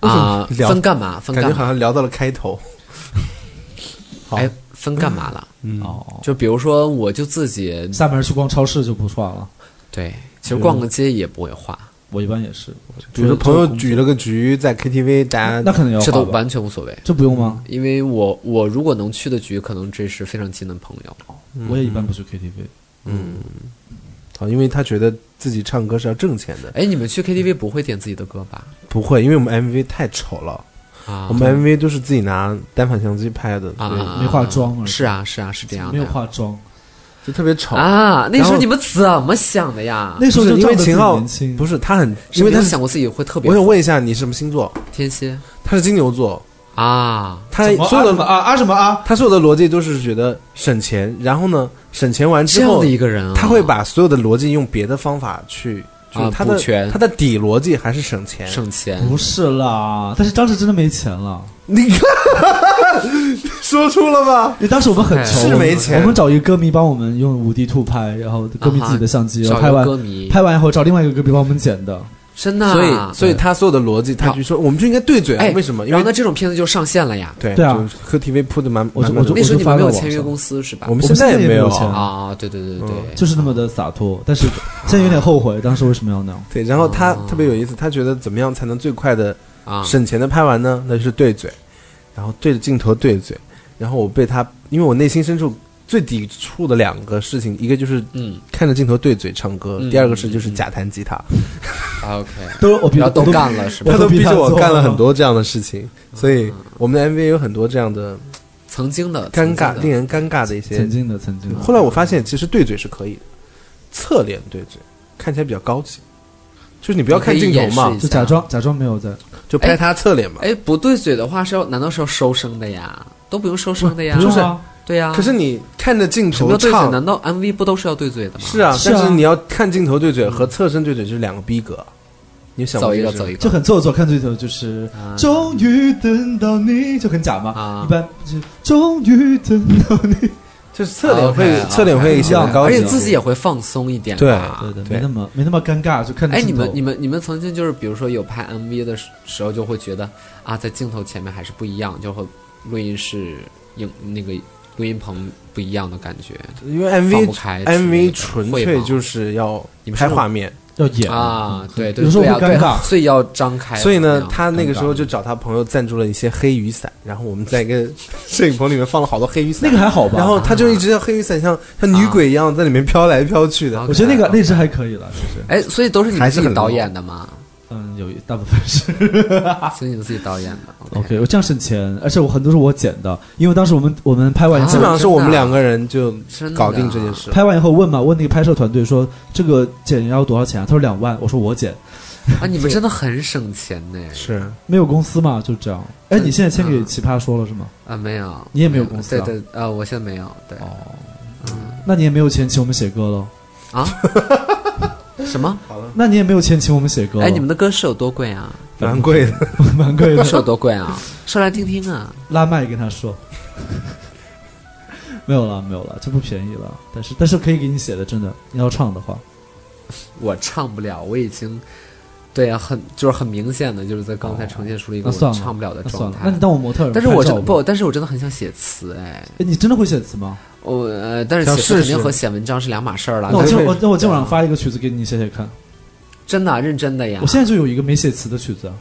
Speaker 5: 啊，
Speaker 1: 为什么聊
Speaker 5: 分干嘛？分
Speaker 1: 感觉
Speaker 5: 干
Speaker 1: 好
Speaker 5: 嘛？
Speaker 1: 像聊到了开头。好
Speaker 5: 哎，分干嘛了？
Speaker 1: 嗯
Speaker 6: 哦，
Speaker 5: 就比如说，我就自己
Speaker 6: 下面去逛超市就不化了，
Speaker 5: 对，其实逛个街也不会化，
Speaker 6: 我一般也是，
Speaker 1: 比如说朋友举
Speaker 6: 了，
Speaker 1: 了个局，在 KTV，大
Speaker 6: 那
Speaker 1: 家
Speaker 6: 可能要
Speaker 5: 这都
Speaker 6: 化吧，
Speaker 5: 完全无所谓。
Speaker 6: 这不用吗？
Speaker 5: 因为我我如果能去的局，可能这是非常近的朋友。
Speaker 1: 嗯
Speaker 6: 我也一般不去 KTV，
Speaker 1: 好，因为他觉得自己唱歌是要挣钱的，
Speaker 5: 哎，你们去 KTV 不会点自己的歌吧？
Speaker 1: 不会，因为我们 MV 太丑了，
Speaker 5: 啊
Speaker 1: 我们 MV 都是自己拿单反相机拍的，所以
Speaker 5: 啊，
Speaker 6: 没化妆而已
Speaker 5: 是啊，是啊，是这样的
Speaker 6: 没
Speaker 5: 呀。
Speaker 6: 有化妆。
Speaker 1: 就特别丑。
Speaker 5: 啊，那时
Speaker 1: 然
Speaker 5: 候
Speaker 1: 后
Speaker 5: 你们怎么想的呀？
Speaker 6: 那时候
Speaker 1: 不
Speaker 6: 就是
Speaker 1: 因
Speaker 6: 仗
Speaker 1: 为
Speaker 6: 着自己
Speaker 1: 秦昊
Speaker 6: 年轻，
Speaker 1: 不
Speaker 6: 是
Speaker 1: 是他很，因为
Speaker 5: 没
Speaker 1: 他
Speaker 5: 有
Speaker 1: 是
Speaker 5: 想，过自己会特别
Speaker 1: 我想问一下你什么星座？
Speaker 5: 天蝎
Speaker 1: 他是金牛座，
Speaker 5: 啊，
Speaker 1: 他所
Speaker 6: 说
Speaker 1: 有
Speaker 6: 的
Speaker 1: 的
Speaker 6: 啊啊什么啊？
Speaker 1: 他所有的逻辑都是觉得省钱，然后呢，省钱完
Speaker 5: 这
Speaker 1: 之
Speaker 5: 样
Speaker 1: 后
Speaker 5: 的，一个人啊，
Speaker 1: 他会把所有的逻辑用别的方法去，就是
Speaker 5: 啊
Speaker 1: 他的
Speaker 5: 补全
Speaker 1: 他的底逻辑还是省钱。
Speaker 5: 省钱。
Speaker 6: 不是啦，但是当时真的没钱了，
Speaker 1: *laughs* 你看，说出了吧？
Speaker 6: 因为当时我们很穷，
Speaker 1: 是没钱
Speaker 6: 我们找一个歌迷帮我们用五 D Two 拍，然后歌迷自己的相机，然
Speaker 5: 找
Speaker 6: 后
Speaker 5: 一
Speaker 6: 拍
Speaker 5: 个歌
Speaker 6: 完
Speaker 5: 迷，
Speaker 6: 拍完以后找另外一个歌迷帮我们剪的。
Speaker 5: 真的啊，
Speaker 1: 所以，所以他所有的逻辑，他就说我们就应该对嘴啊
Speaker 5: 哎，，
Speaker 1: 为什么？因
Speaker 5: 然后呢，
Speaker 1: 为
Speaker 5: 这种片子就上线了呀。
Speaker 1: 对
Speaker 6: 对啊
Speaker 1: 和 TV 铺的蛮
Speaker 6: 我就
Speaker 1: 蛮满的
Speaker 6: 我
Speaker 5: 那
Speaker 6: 就
Speaker 5: 时候你们没有
Speaker 6: 发到网
Speaker 5: 签约
Speaker 6: 上
Speaker 5: 公司是吧
Speaker 1: 我？们现
Speaker 6: 我们
Speaker 1: 在
Speaker 6: 现在也没有
Speaker 1: 有
Speaker 6: 钱
Speaker 1: 啊。
Speaker 5: 啊，对对对对对，
Speaker 6: 就是那么的洒脱，但是现在有点后悔，当时为什么要那样？
Speaker 1: 对，然后他特别有意思，他觉得怎么样才能最快的
Speaker 5: 啊，
Speaker 1: 省钱的拍完呢？那就是对嘴，然后对着镜头对嘴，然后我被他，因为我内心深处最抵触的两个事情，一个就是
Speaker 5: 嗯
Speaker 1: 看着镜头对嘴唱歌，
Speaker 5: 嗯
Speaker 1: 第二个是就是假弹吉他，
Speaker 5: 啊，OK，
Speaker 6: 都我比
Speaker 5: 然后都
Speaker 6: 我
Speaker 5: 干了是吧？
Speaker 1: *laughs*
Speaker 6: 我
Speaker 1: 他
Speaker 6: 都
Speaker 1: 都逼
Speaker 6: 逼他
Speaker 1: 着我
Speaker 6: 做
Speaker 1: 干了很多这样的事情，所以我们的 MV 有很多这样的
Speaker 5: 曾经的
Speaker 1: 尴尬、
Speaker 5: 曾
Speaker 1: 令
Speaker 5: 经的
Speaker 1: 人尴尬的一些
Speaker 6: 曾经的曾经的，
Speaker 1: 后来我发现，其实对嘴是可以的，侧脸对嘴看起来比较高级。就是你不要看镜头
Speaker 5: 你可以
Speaker 1: 嘛
Speaker 5: 掩，饰
Speaker 6: 就假装假装没有在，
Speaker 1: 就拍他侧脸嘛。
Speaker 5: 哎，不对嘴的话是要，难道是要收声的呀？都不用收声的呀，
Speaker 6: 不用
Speaker 1: 是
Speaker 6: 啊，
Speaker 5: 对呀。
Speaker 1: 可是你看着镜
Speaker 5: 什么
Speaker 1: 头
Speaker 5: 叫对嘴？
Speaker 1: 唱
Speaker 5: 难道 MV 不都是要对嘴的吗？
Speaker 1: 是啊，
Speaker 6: 是啊
Speaker 1: 但是你要看镜头对嘴和侧身对嘴就是两个逼格。你想过
Speaker 5: 走一
Speaker 1: 这
Speaker 5: 个
Speaker 1: 事
Speaker 5: 走嗯一
Speaker 6: 就
Speaker 5: 个，
Speaker 6: 很做作，看最头就是
Speaker 5: 啊
Speaker 6: 终于等到你就很假嘛
Speaker 5: 啊，
Speaker 6: 一般就是终于等到你，
Speaker 1: 就是侧脸会
Speaker 5: OK，OK
Speaker 1: 侧脸会显得高
Speaker 5: 啊而
Speaker 1: 级，
Speaker 5: 且自己也会放松一点
Speaker 1: 对
Speaker 5: 吧。
Speaker 6: 对的，
Speaker 1: 对
Speaker 6: 没那么没那么尴尬，就看着
Speaker 5: 啊哎，你
Speaker 6: 镜头
Speaker 5: 们你们你们曾经就是比如说有拍 MV 的时时候，就会觉得啊，在镜头前面还是不一样，就和录音室影那个录音棚不一样的感觉
Speaker 1: 因为
Speaker 5: 放不
Speaker 1: MV
Speaker 5: 开之类的
Speaker 1: MV 纯
Speaker 5: 会
Speaker 1: 粹
Speaker 5: 吗
Speaker 1: 就是要
Speaker 5: 你们是
Speaker 1: 拍
Speaker 5: 不是
Speaker 1: 画面，
Speaker 6: 要演，
Speaker 5: 啊，对对，
Speaker 6: 有时候
Speaker 5: 对啊
Speaker 6: 会尴
Speaker 5: 对啊
Speaker 6: 尬
Speaker 5: 所以要张开。
Speaker 1: 所以
Speaker 5: 怎么
Speaker 1: 呢，
Speaker 5: 样
Speaker 1: 他那个时候就找他朋友赞助了一些黑雨伞，然后我们在一个摄影棚里面放了好多黑雨伞，
Speaker 6: 那个还好吧？
Speaker 1: 然后他就一直在黑雨伞像像女鬼一样在里面飘来飘去的
Speaker 5: 啊，
Speaker 6: 我觉得那个那只还可以了，其实，
Speaker 5: 哎，所以都是你们
Speaker 1: 还是
Speaker 5: 自己
Speaker 1: 很
Speaker 5: 导
Speaker 1: low
Speaker 5: 演的吗？
Speaker 6: 嗯，有一大部分是。
Speaker 5: *laughs* 啊所以你们自己导演的。
Speaker 6: *laughs* OK，我这样省钱，而且我很多是我剪的，因为当时我们我们拍完以
Speaker 5: 啊
Speaker 6: 后，
Speaker 1: 基本上是我们两个人就
Speaker 5: 真的啊
Speaker 1: 搞定这件事。
Speaker 6: 拍完以后问嘛，问那个拍摄团队说这个剪要多少钱啊？他说两万，我说我剪，
Speaker 5: 啊，你们真的很省钱呢。
Speaker 1: 是
Speaker 6: 没有公司嘛，就这样。哎，
Speaker 5: 嗯
Speaker 6: 你现在签给
Speaker 5: 嗯
Speaker 6: 奇葩说了是吗？
Speaker 5: 啊，没有，
Speaker 6: 你也没有公司啊
Speaker 5: 对对，呃，我现在没有，对
Speaker 6: 那你也没有钱请我们写歌了，
Speaker 5: 啊，什么？
Speaker 6: 那你也没有钱请我们写歌了，
Speaker 5: 哎，你们的歌是有多贵
Speaker 6: *laughs*
Speaker 5: 啊？
Speaker 1: 蛮贵的，
Speaker 6: 蛮贵的，
Speaker 5: 是有多贵啊？说来听听啊。
Speaker 6: 拉麦跟他说。 *laughs* 没有了，没有了，这不便宜了，但是但是可以给你写的，真的，你要唱的话，
Speaker 5: 我唱不了，我已经对啊，很就是很明显的，就是在刚才呈现出了一个
Speaker 6: 那
Speaker 5: 我
Speaker 6: 算了，
Speaker 5: 唱不了的
Speaker 6: 那算
Speaker 5: 呃状
Speaker 6: 了
Speaker 5: 态。，
Speaker 6: 那你当我模特儿，
Speaker 5: 但是我
Speaker 6: 拍
Speaker 5: 真
Speaker 6: 照
Speaker 5: 的
Speaker 6: 吧
Speaker 5: 不，但是我真的很想写词哎，
Speaker 6: 哎你真的会写词吗？
Speaker 5: 我呃，但是
Speaker 1: 想
Speaker 5: 写词肯
Speaker 1: 试
Speaker 5: 定
Speaker 1: 试
Speaker 5: 和写文章是两码事儿了
Speaker 6: 那。我
Speaker 5: 啊但
Speaker 6: 今
Speaker 5: 是
Speaker 6: 我那我今晚上发一个曲子给你写写看。
Speaker 5: 真的啊认真的呀
Speaker 6: 我，现在就有一个没写词的曲子啊，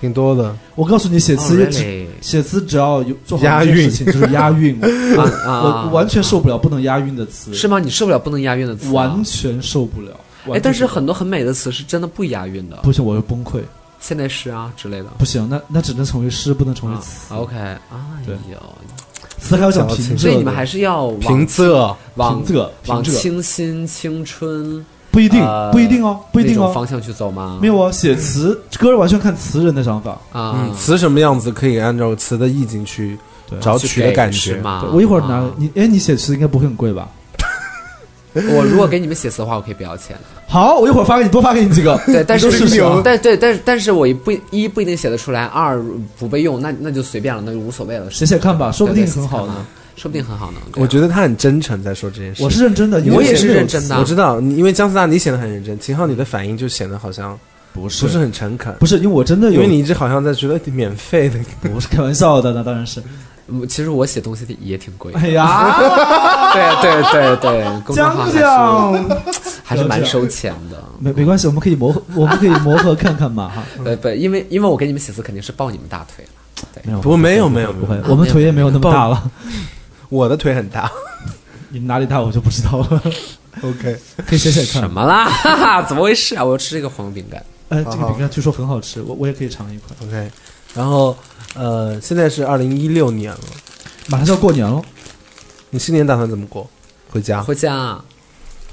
Speaker 1: 挺多的。
Speaker 6: 我告诉你，写
Speaker 5: 写
Speaker 6: 词也只、写词只要有做好
Speaker 1: 押
Speaker 6: 一件
Speaker 1: 韵
Speaker 6: 事情就是押韵，
Speaker 1: *laughs*
Speaker 6: 我
Speaker 5: 啊
Speaker 6: 我
Speaker 5: 啊，
Speaker 6: 完全受不了不能押韵的词，
Speaker 5: 是吗？你受不了不能押韵的词啊，
Speaker 6: 完全受不了。完
Speaker 5: 哎，
Speaker 6: 全
Speaker 5: 但是
Speaker 6: 受不了
Speaker 5: 很多很美的词是真的不押韵的，
Speaker 6: 不行，我会崩溃，
Speaker 5: 现代诗啊之类的。
Speaker 6: 不行，那那只能成为诗，不能成为
Speaker 5: 啊
Speaker 6: 词。
Speaker 5: ，OK，哎
Speaker 6: 对
Speaker 5: 呦，
Speaker 6: 词还要讲平仄的，
Speaker 5: 所以你们还是要往
Speaker 1: 平仄，
Speaker 5: 往
Speaker 6: 平仄
Speaker 5: 往
Speaker 6: 平仄
Speaker 5: 清新、青春
Speaker 6: 不一定
Speaker 5: 呃，
Speaker 6: 不一定哦，不一定
Speaker 5: 那种
Speaker 6: 哦，
Speaker 5: 方嗯向去走吗？
Speaker 6: 没有哦，写词歌完全看词人的想法。
Speaker 5: 啊
Speaker 1: 嗯，，词什么样子可以按照词的意境去
Speaker 6: 对
Speaker 1: 找
Speaker 5: 去
Speaker 1: 曲的
Speaker 5: 给
Speaker 1: 感
Speaker 5: 是
Speaker 1: 觉。
Speaker 5: 吗
Speaker 6: 对？我一会儿拿、
Speaker 5: 啊
Speaker 6: 你，哎，你写词应该不会很贵吧？
Speaker 5: 我如果给你们写词的话，我可以不要钱。
Speaker 6: 好，我一会儿发给你，多发给你几个。
Speaker 5: *laughs* 对，但
Speaker 6: *laughs*
Speaker 5: 是
Speaker 6: 你都试试啊
Speaker 5: *laughs* 但对，但是但是我一不一不一定写得出来，二不备用，那那就随便了，那就无所谓了，
Speaker 6: 写写看吧，说不定很好呢
Speaker 5: 呢。，说不定很好呢。啊
Speaker 1: 我觉得他很真诚在说这件事。
Speaker 6: 我是认真的，因为
Speaker 5: 我也是
Speaker 6: 没有
Speaker 5: 认真的
Speaker 1: 我知道，你因为姜思达你显得很认真，秦昊你的反应就显得好像
Speaker 6: 不
Speaker 1: 不是很诚恳，
Speaker 6: 不是，因哦为我真的
Speaker 1: 因
Speaker 6: 有，
Speaker 1: 为你一直好像在觉得哎免费的，
Speaker 6: 我是开玩笑的，那当然是。
Speaker 5: 得嗯其实我写东西也挺贵的，
Speaker 6: 哎呀，
Speaker 5: *laughs* 对对对对，公众号
Speaker 6: 讲
Speaker 5: 还是
Speaker 6: 讲，
Speaker 5: 还是蛮收钱的。
Speaker 6: 没没关系，我们可以磨合，我们可以磨合看看嘛哈。
Speaker 5: 呃，不，因为因为我给你们写字肯定是抱你们大腿了。
Speaker 6: 没有，
Speaker 1: 不过没有没有
Speaker 6: 不
Speaker 1: 不
Speaker 6: 会，我们腿也没有那么大了。
Speaker 1: 我的腿很大。
Speaker 6: 你们哪里大我就不知道 *laughs* 了，
Speaker 1: OK，
Speaker 6: 可以写写看。
Speaker 5: 什？么啦？哈哈，怎么回事啊？我要吃这个黄油饼干。
Speaker 6: 呃，这个
Speaker 1: 好好
Speaker 6: 饼干据说很好吃，我我也可以尝一块。
Speaker 1: OK，然后呃，现在是二零一六年了，
Speaker 6: 马上就要过年了，
Speaker 1: 你新年打算怎么过？回家？
Speaker 5: 回家啊，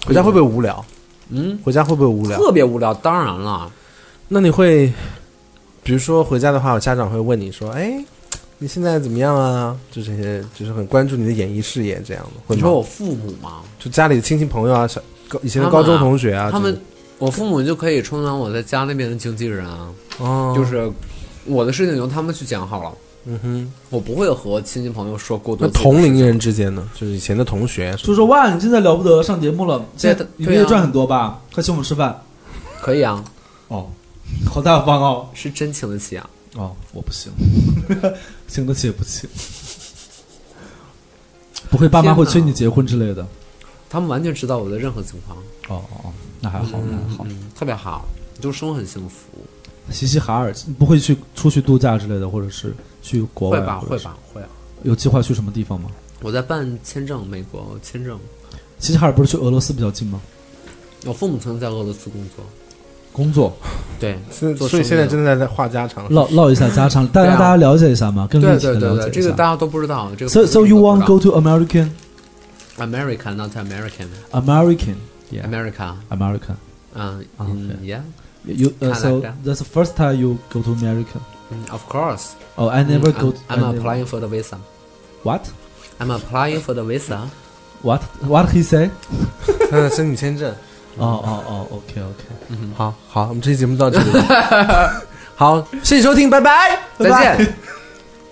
Speaker 1: 回家会不会无聊？
Speaker 5: 嗯，
Speaker 1: 回家会不会无聊？
Speaker 5: 特别无聊。当然了，
Speaker 1: 那你会，比如说回家的话，我家长会问你说：“哎，你现在怎么样啊？”就这些，就是很关注你的演艺事业这样的，会
Speaker 5: 你
Speaker 1: 吗
Speaker 5: 说我父母嘛，
Speaker 1: 就家里的亲戚朋友啊，小高以前的
Speaker 5: 他们
Speaker 1: 高
Speaker 5: 啊
Speaker 1: 中同学啊，
Speaker 5: 他们
Speaker 1: 这种
Speaker 5: 我父母就可以充当我在家那边的经纪人啊，
Speaker 1: 哦，
Speaker 5: 就是我的事情由他们去讲好了，
Speaker 1: 嗯哼，
Speaker 5: 我不会和亲戚朋友说过多
Speaker 1: 那
Speaker 5: 自己的事情。
Speaker 1: 同龄人之间呢，就是以前的同学，
Speaker 6: 就说哇，你现在了不得，上节目了，
Speaker 5: 对
Speaker 6: 现
Speaker 5: 啊
Speaker 6: 在你
Speaker 5: 对啊
Speaker 6: 们也赚很多吧？快请我们吃饭。
Speaker 5: 可以啊，
Speaker 6: 哦，好大方哦。
Speaker 5: 是真请得起啊。
Speaker 6: 哦，我不 *laughs* 行，请得起也不起。不会，爸妈会催你结婚之类的。
Speaker 5: 他们完全知道我的任何情况，
Speaker 6: 哦哦，哦，那还好，那还好。
Speaker 5: 嗯，特别好，就生活很幸福，
Speaker 6: 齐齐哈尔，你不会去出去度假之类的，或者是去国
Speaker 5: 会
Speaker 6: 外？
Speaker 5: 吧
Speaker 6: 或
Speaker 5: 会
Speaker 6: 者是
Speaker 5: 吧会啊。
Speaker 6: 有计划去什么地方吗？
Speaker 5: 我在办签证，美国签证。
Speaker 6: 齐齐哈尔不是去俄罗斯比较近吗？
Speaker 5: 我父母曾经在俄罗斯工作，
Speaker 6: 工作
Speaker 5: 对，
Speaker 1: 所以
Speaker 5: 做
Speaker 1: 所以
Speaker 5: 生意
Speaker 1: 现在
Speaker 5: 的
Speaker 1: 真的在话家常。
Speaker 5: *laughs*
Speaker 6: 唠唠一下家常，大
Speaker 5: 对
Speaker 6: 让
Speaker 5: 啊
Speaker 6: 大家了解一下嘛，更
Speaker 5: 对
Speaker 6: 立体
Speaker 5: 对
Speaker 6: 的
Speaker 5: 对
Speaker 6: 了
Speaker 5: 对，
Speaker 6: 解
Speaker 5: 这
Speaker 6: 一
Speaker 5: 个大
Speaker 6: 下。
Speaker 5: 家都不知道。这个
Speaker 6: So so you want go to American
Speaker 5: America not American，America，
Speaker 6: American yeah American
Speaker 5: 嗯
Speaker 6: 啊
Speaker 5: 嗯
Speaker 6: ，OK
Speaker 5: ，yeah，
Speaker 6: you uh, so
Speaker 5: Canada.
Speaker 6: that's the first time you go to America
Speaker 5: 嗯，of course。Mm,
Speaker 6: oh I never go to
Speaker 5: I'm
Speaker 6: I never-
Speaker 5: applying for the visa.
Speaker 6: what
Speaker 5: I'm applying for the visa.
Speaker 6: what what he say
Speaker 1: 他的申请呃签证。
Speaker 6: 哦哦哦，OK OK，
Speaker 1: 好 *laughs* 好，我们这期节目到这里。好，谢谢收听，拜拜，
Speaker 5: 再见。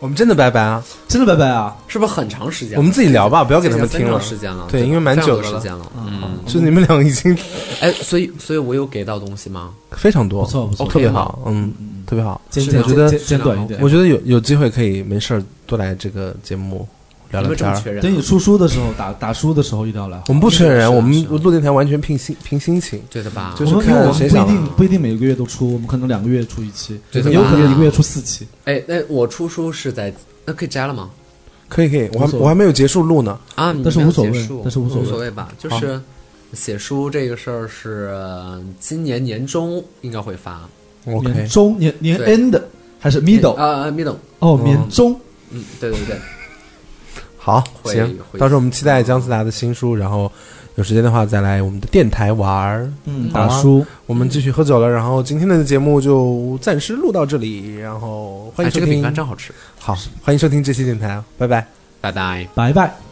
Speaker 1: 我们真的拜拜啊！
Speaker 6: 真的拜拜啊！
Speaker 5: 是不是很长时间了？
Speaker 1: 我们自己聊吧，不要给他们
Speaker 5: 已经
Speaker 1: 听
Speaker 5: 非
Speaker 1: 了
Speaker 5: 常。时间了，
Speaker 1: 对
Speaker 5: 真的
Speaker 1: 因为蛮
Speaker 5: 非常
Speaker 1: 久
Speaker 5: 多
Speaker 1: 的了
Speaker 5: 时间了。嗯，
Speaker 1: 就你们俩已经
Speaker 5: 哎，所以，所以我有给到东西吗？
Speaker 1: 非常多，
Speaker 6: 不错不错
Speaker 1: 特别
Speaker 5: OK 吗
Speaker 1: 好，嗯，特别好。
Speaker 6: 简
Speaker 5: 是
Speaker 6: 简
Speaker 5: 的
Speaker 1: 我觉得
Speaker 6: 简简
Speaker 5: 是的啊
Speaker 6: 短一点
Speaker 1: 我。觉得有有机会可以没事儿多来这个节目聊
Speaker 5: 有
Speaker 1: 聊
Speaker 5: 没有这
Speaker 1: 天
Speaker 5: 么
Speaker 1: 儿。
Speaker 5: 缺人啊？
Speaker 6: 等你出书的时候，打打书的时候一定要来。
Speaker 1: 我们不缺人，我们
Speaker 5: 是
Speaker 1: 录电台完全凭心凭心情。
Speaker 5: 对的吧？
Speaker 1: 就
Speaker 6: 我
Speaker 1: 是
Speaker 6: 们因为
Speaker 1: 看
Speaker 6: 我们
Speaker 1: 谁
Speaker 6: 不一
Speaker 1: 想
Speaker 6: 定不一定每个月都出，我们可能两个月出一期，
Speaker 5: 啊对
Speaker 6: 也有可能一个月出四期。
Speaker 5: 哎，那我出书是在那可以摘了吗？
Speaker 1: 可以可以，我
Speaker 6: 无
Speaker 1: 还
Speaker 6: 所谓
Speaker 1: 我还没有结束录呢。
Speaker 5: 啊，
Speaker 6: 但是
Speaker 5: 你没有
Speaker 6: 无所
Speaker 5: 结
Speaker 6: 谓
Speaker 5: 束
Speaker 6: 但是无所
Speaker 5: 无
Speaker 6: 谓
Speaker 5: 所谓吧。就是写书这个事儿是今年年中应该会发。
Speaker 1: OK，
Speaker 6: 年
Speaker 5: 嗯
Speaker 6: 中年年
Speaker 5: 对
Speaker 6: end 还是 middle？
Speaker 5: 啊啊，middle，
Speaker 6: 哦，年中
Speaker 5: 嗯，对对对，
Speaker 1: 好，
Speaker 5: 会
Speaker 1: 行，
Speaker 5: 会
Speaker 1: 到时候我们期待姜思达的新书，然后有时间的话再来我们的电台玩儿。
Speaker 6: 嗯
Speaker 1: 好啊
Speaker 6: 打书，
Speaker 1: 我们继续喝酒了，然后今天的节目就暂时录到这里，然后欢
Speaker 5: 哎，
Speaker 1: 迎收
Speaker 5: 这个饼
Speaker 1: 听。
Speaker 5: 干真好吃，
Speaker 1: 啊好，欢迎收听这期电台，拜拜。
Speaker 5: 拜拜。
Speaker 6: 拜拜。